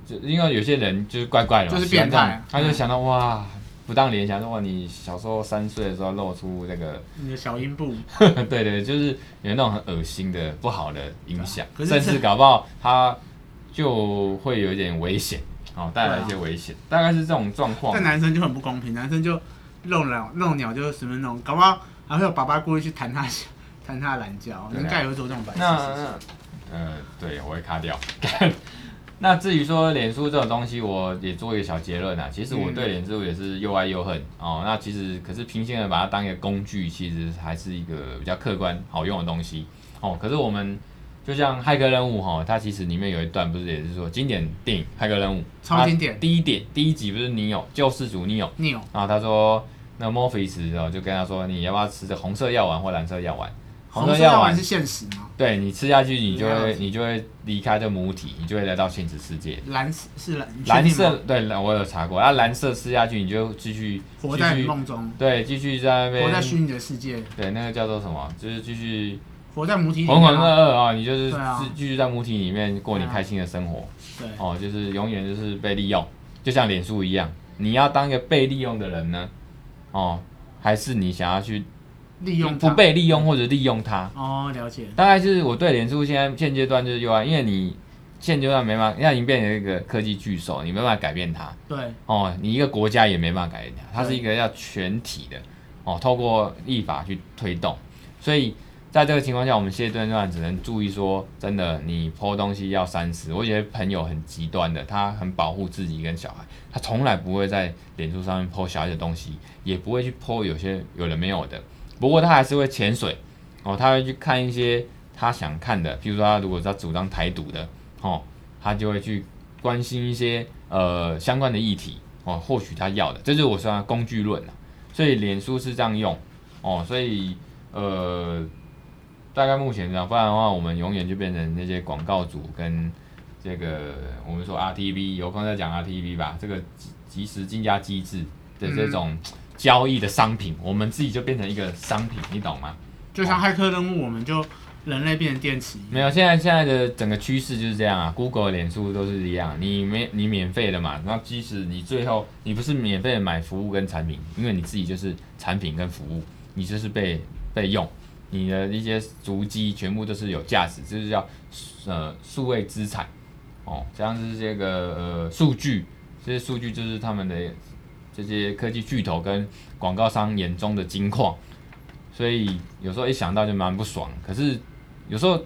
就因为有些人就是怪怪的嘛，就是喜欢变这样态啊他就嗯想到哇，不当联想说哇，你小时候三岁的时候露出这个， 你的小阴部，对对，就是有那种很恶心的不好的影响，可是甚这至搞不好他就会有一点危险，哦，带来对啊一些危险，大概是这种状况但。男生就很不公平，男生就露鸟露鸟就是什么那种，搞不好还会有爸爸故意去弹他 弹他的懒觉，对啊应该有做这种白痴事情。那呃，对，我会卡掉。 那至于说脸书这种东西，我也做一个小结论啊。其实我对脸书也是又爱又恨、哦。那其实可是平心而把它当一个工具，其实还是一个比较客观好用的东西哦。可是我们就像《骇客任务》哈、它其实里面有一段不是也是说经典电影《骇客任务》超经典它第一点第一集不是你有救世主你有。你哦有然后他说，那 Morpheus 哦，就跟他说，你要不要吃这红色药丸或蓝色药丸？红色药丸是现实吗？对你吃下去，你就了会解你就会离开这母体，你就会来到现实世界。蓝是是蓝，你确定吗蓝色对，我有查过，那蓝色吃下去，你就继续活继在续梦中，对，继续在那活在边虚拟的世界，对那个叫做什么，就是继续活在母体里浑浑面噩啊。噩啊，你就是对啊自继续在母体里面过你对啊开心的生活对，哦，就是永远就是被利用，就像脸书一样，你要当一个被利用的人呢，哦，还是你想要去利用它不被利用或者利用它。哦，了解，大概是我对脸书现在现阶段就是 UI，因为你现阶段没办法，它已经变成一个科技巨手，你没办法改变它。对，哦，你一个国家也没办法改变它，它是一个要全体的哦，透过立法去推动。所以在这个情况下，我们现阶段只能注意说，真的，你剖东西要三思。我有些朋友很极端的，他很保护自己跟小孩，他从来不会在脸书上面剖小孩的东西，也不会去剖有些有的没有的。不过他还是会潜水哦，他会去看一些他想看的，譬如说他如果他主张台独的哦，他就会去关心一些呃相关的议题哦，或许他要的，这就是我说的工具论啊。所以脸书是这样用哦，所以呃，大概目前这样，不然的话我们永远就变成那些广告主跟这个我们说 RTV，有空再讲 RTV 吧，这个即即时竞价机制的这种交易的商品，我们自己就变成一个商品，你懂吗？就像骇客任务，我们就人类变成电池一样，没有，现在现在的整个趋势就是这样啊，Google、脸书都是一样，你没你免费的嘛，那即使你最后你不是免费的买服务跟产品，因为你自己就是产品跟服务，你就是被被用，你的一些足迹全部都是有价值，这就是叫呃数位资产哦，像是这个呃数据，这些数据就是他们的这些科技巨头跟广告商眼中的金矿，所以有时候一想到就蛮不爽，可是有时候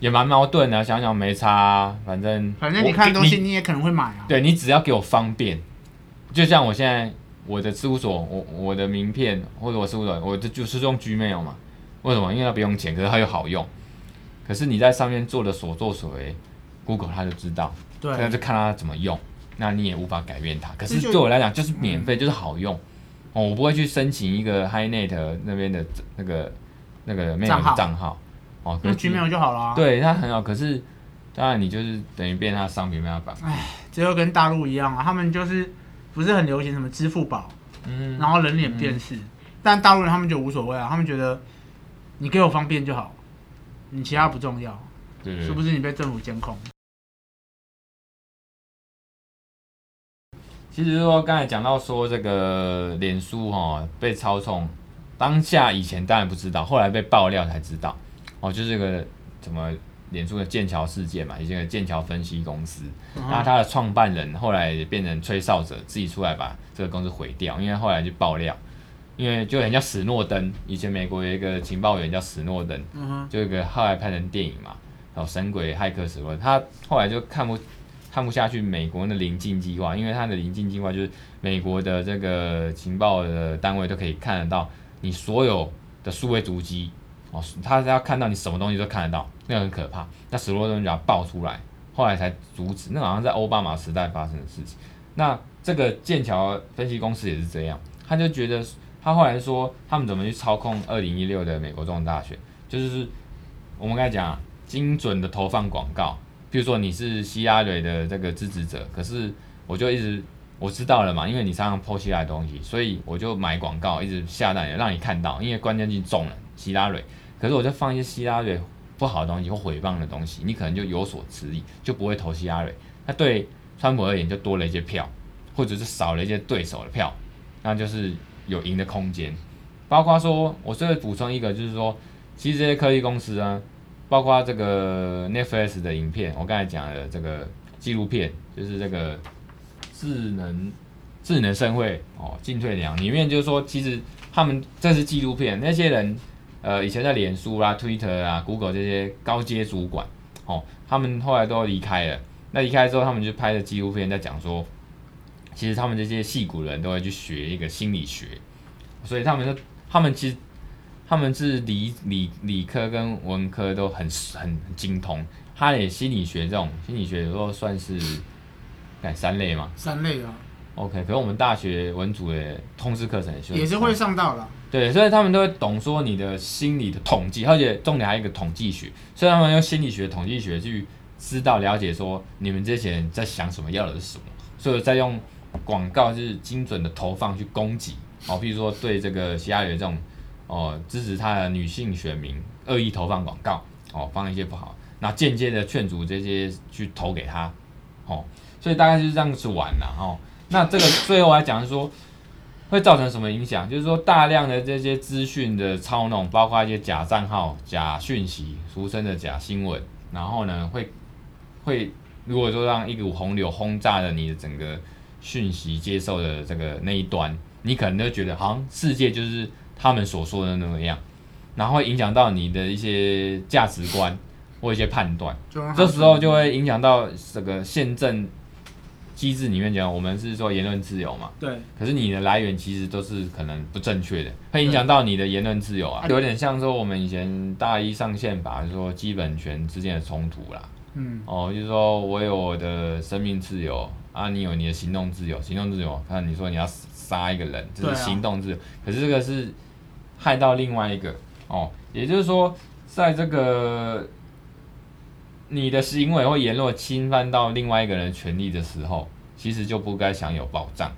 也蛮矛盾的、想想没差啊、反正反正我你看东西，你你也可能会买啊，对你只要给我方便，就像我现在我的事务所，我我的名片或者我事务所，我就就是用 Gmail 嘛。为什么？因为它不用钱，可是它又好用。可是你在上面做的所作所为，Google 它就知道，那对，就看它怎么用。那你也无法改变它。可是这就对我来讲，就是免费，就是好用。哦，我不会去申请一个 HiNet 那边的那个那个 mail 账号的账号。哦，可那是 Gmail 就好了啊，对它很好，可是当然你就是等于变它的商品，被它绑。这就跟大陆一样啊，他们就是不是很流行什么支付宝，嗯，然后人脸辨识，但大陆人他们就无所谓啊，他们觉得你给我方便就好，你其他不重要，对对是对不是你被政府监控？其实说刚才讲到说这个脸书哈、被操纵，当下以前当然不知道，后来被爆料才知道，哦，就是这个什么脸书的剑桥事件嘛，以前的剑桥分析公司，那他的创办人后来也变成吹哨者，自己出来把这个公司毁掉，因为后来就爆料，因为就很像史诺登，以前美国有一个情报员叫史诺登，嗯哼，就有一个后来拍成电影嘛，然后《神鬼骇客史诺登》，他后来就看不看不下去美国的临近计划，因为他的临近计划就是美国的这个情报的单位都可以看得到你所有的数位足迹哦，他是要看到你什么东西都看得到，那个很可怕。那史诺登就把它爆出来，后来才阻止，那好像在奥巴马时代发生的事情。那这个剑桥分析公司也是这样，他就觉得他后来说他们怎么去操控二零一六的美国总统大选，就是我们刚才讲啊精准的投放广告，比如说你是希拉蕊的这个支持者，可是我就一直我知道了嘛，因为你常常剖析他的东西，所以我就买广告一直下单，让你看到，因为关键字中了希拉蕊，可是我就放一些希拉蕊不好的东西或毁谤的东西，你可能就有所迟疑，就不会投希拉蕊。那对川普而言就多了一些票，或者是少了一些对手的票，那就是有赢的空间。包括说，我最后补充一个，就是说，其实这些科技公司啊，包括这个 Netflix 的影片，我刚才讲的这个纪录片，就是这个智能智能社会哦，进退两难里面就是说，其实他们这是纪录片，那些人呃以前在脸书啦、Twitter 啊、Google 这些高阶主管哦，他们后来都离开了。那离开之后，他们就拍了纪录片，在讲说，其实他们这些戏骨人都会去学一个心理学，所以他们就他们其实他们是理理理科跟文科都很很很精通，他也心理学这种心理学有时候算是改三类嘛三类啊， ，OK，可是我们大学文组的通识课程也修也是会上到了，对，所以他们都会懂说你的心理的统计，而且重点还有一个统计学，所以他们用心理学、统计学去知道了解说你们这些人在想什么，要的是什么，所以再用广告就是精准的投放去攻击哦，譬如说对这个希拉里这种哦支持他的女性选民恶意投放广告哦，放一些不好，那间接的劝阻这些去投给他哦，所以大概就是这样子玩啦、哦。那这个最后来讲是说，会造成什么影响？就是说，大量的这些资讯的操弄，包括一些假账号、假讯息，俗称的假新闻，然后呢，会会如果说让一股洪流轰炸了你的整个讯息接受的这个那一端，你可能就觉得好像世界就是他们所说的那样，然后会影响到你的一些价值观或一些判断。就让他这时候就会影响到这个宪政机制里面讲，我们是说言论自由嘛，对，可是你的来源其实都是可能不正确的，会影响到你的言论自由啊，有点像说我们以前大一上宪法就是说基本权之间的冲突啦，嗯，哦，就是说我有我的生命自由啊，你有你的行动自由，行动自由，看你说你要死杀一个人，这对是啊行动自由，可是这个是害到另外一个哦，也就是说，在这个你的行为或言论侵犯到另外一个人的权利的时候，其实就不该享有保障。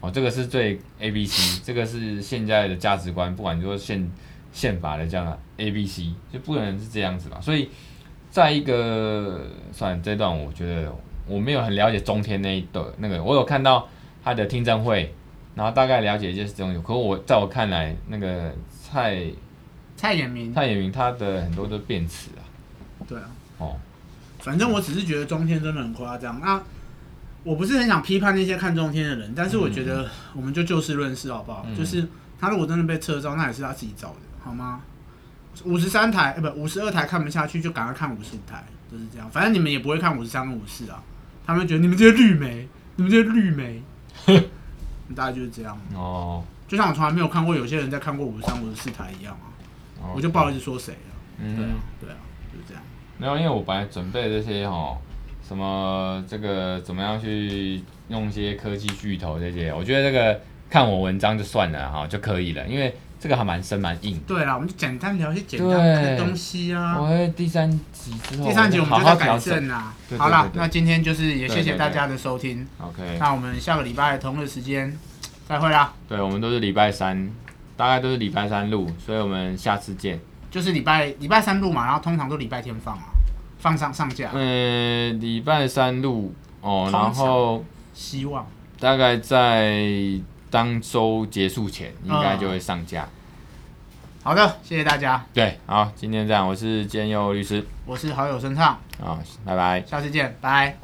哦，这个是最 A B C，这个是现在的价值观，不管你说宪宪法的这样啊 A B C，就不能是这样子嘛。所以，在一个算了这段，我觉得我没有很了解中天那一段那个，我有看到他的听证会，然后大概了解一些东西。可我在我看来，那个蔡蔡衍明，蔡衍明他的很多的辩词啊，对啊，哦，反正我只是觉得中天真的很夸张啊。我不是很想批判那些看中天的人，但是我觉得我们就就事论事好不好？嗯就是他如果真的被撤照，那也是他自己找的，好吗？五十三台，呃，不，五十二台看不下去，就赶快看五十五台，就是这样。反正你们也不会看五十三跟五四啊，他们觉得你们这些绿媒，你们这些绿 媒，大概就是这样。哦，就像我从来没有看过有些人在看过五十三、五十四台一样啊，哦我就不好意思说谁了。对嗯啊，，对啊，就是这样。没有，因为我本来准备这些哦，什么这个怎么样去用一些科技巨头这些，我觉得这个看我文章就算了哈、就可以了，因为这个还蛮深蛮硬。对啦，我们就简单聊一些简单对的东西啊。我会第三集之后，第三集我们好就好在改调正整。啦对对。好啦对，对那今天就是也对谢对谢大对家的收听， OK，那我们下个礼拜同日时间再会啦，对，我们都是礼拜三，大概都是礼拜三录，所以我们下次见。就是礼拜礼拜三录嘛，然后通常都礼拜天放啊，放上上架，呃，礼拜三录哦，通常然后希望大概在当周结束前应嗯该就会上架。好的，谢谢大家，对，好，今天这样，我是兼佑律师，我是好友生畅，好，拜拜。下次见，拜。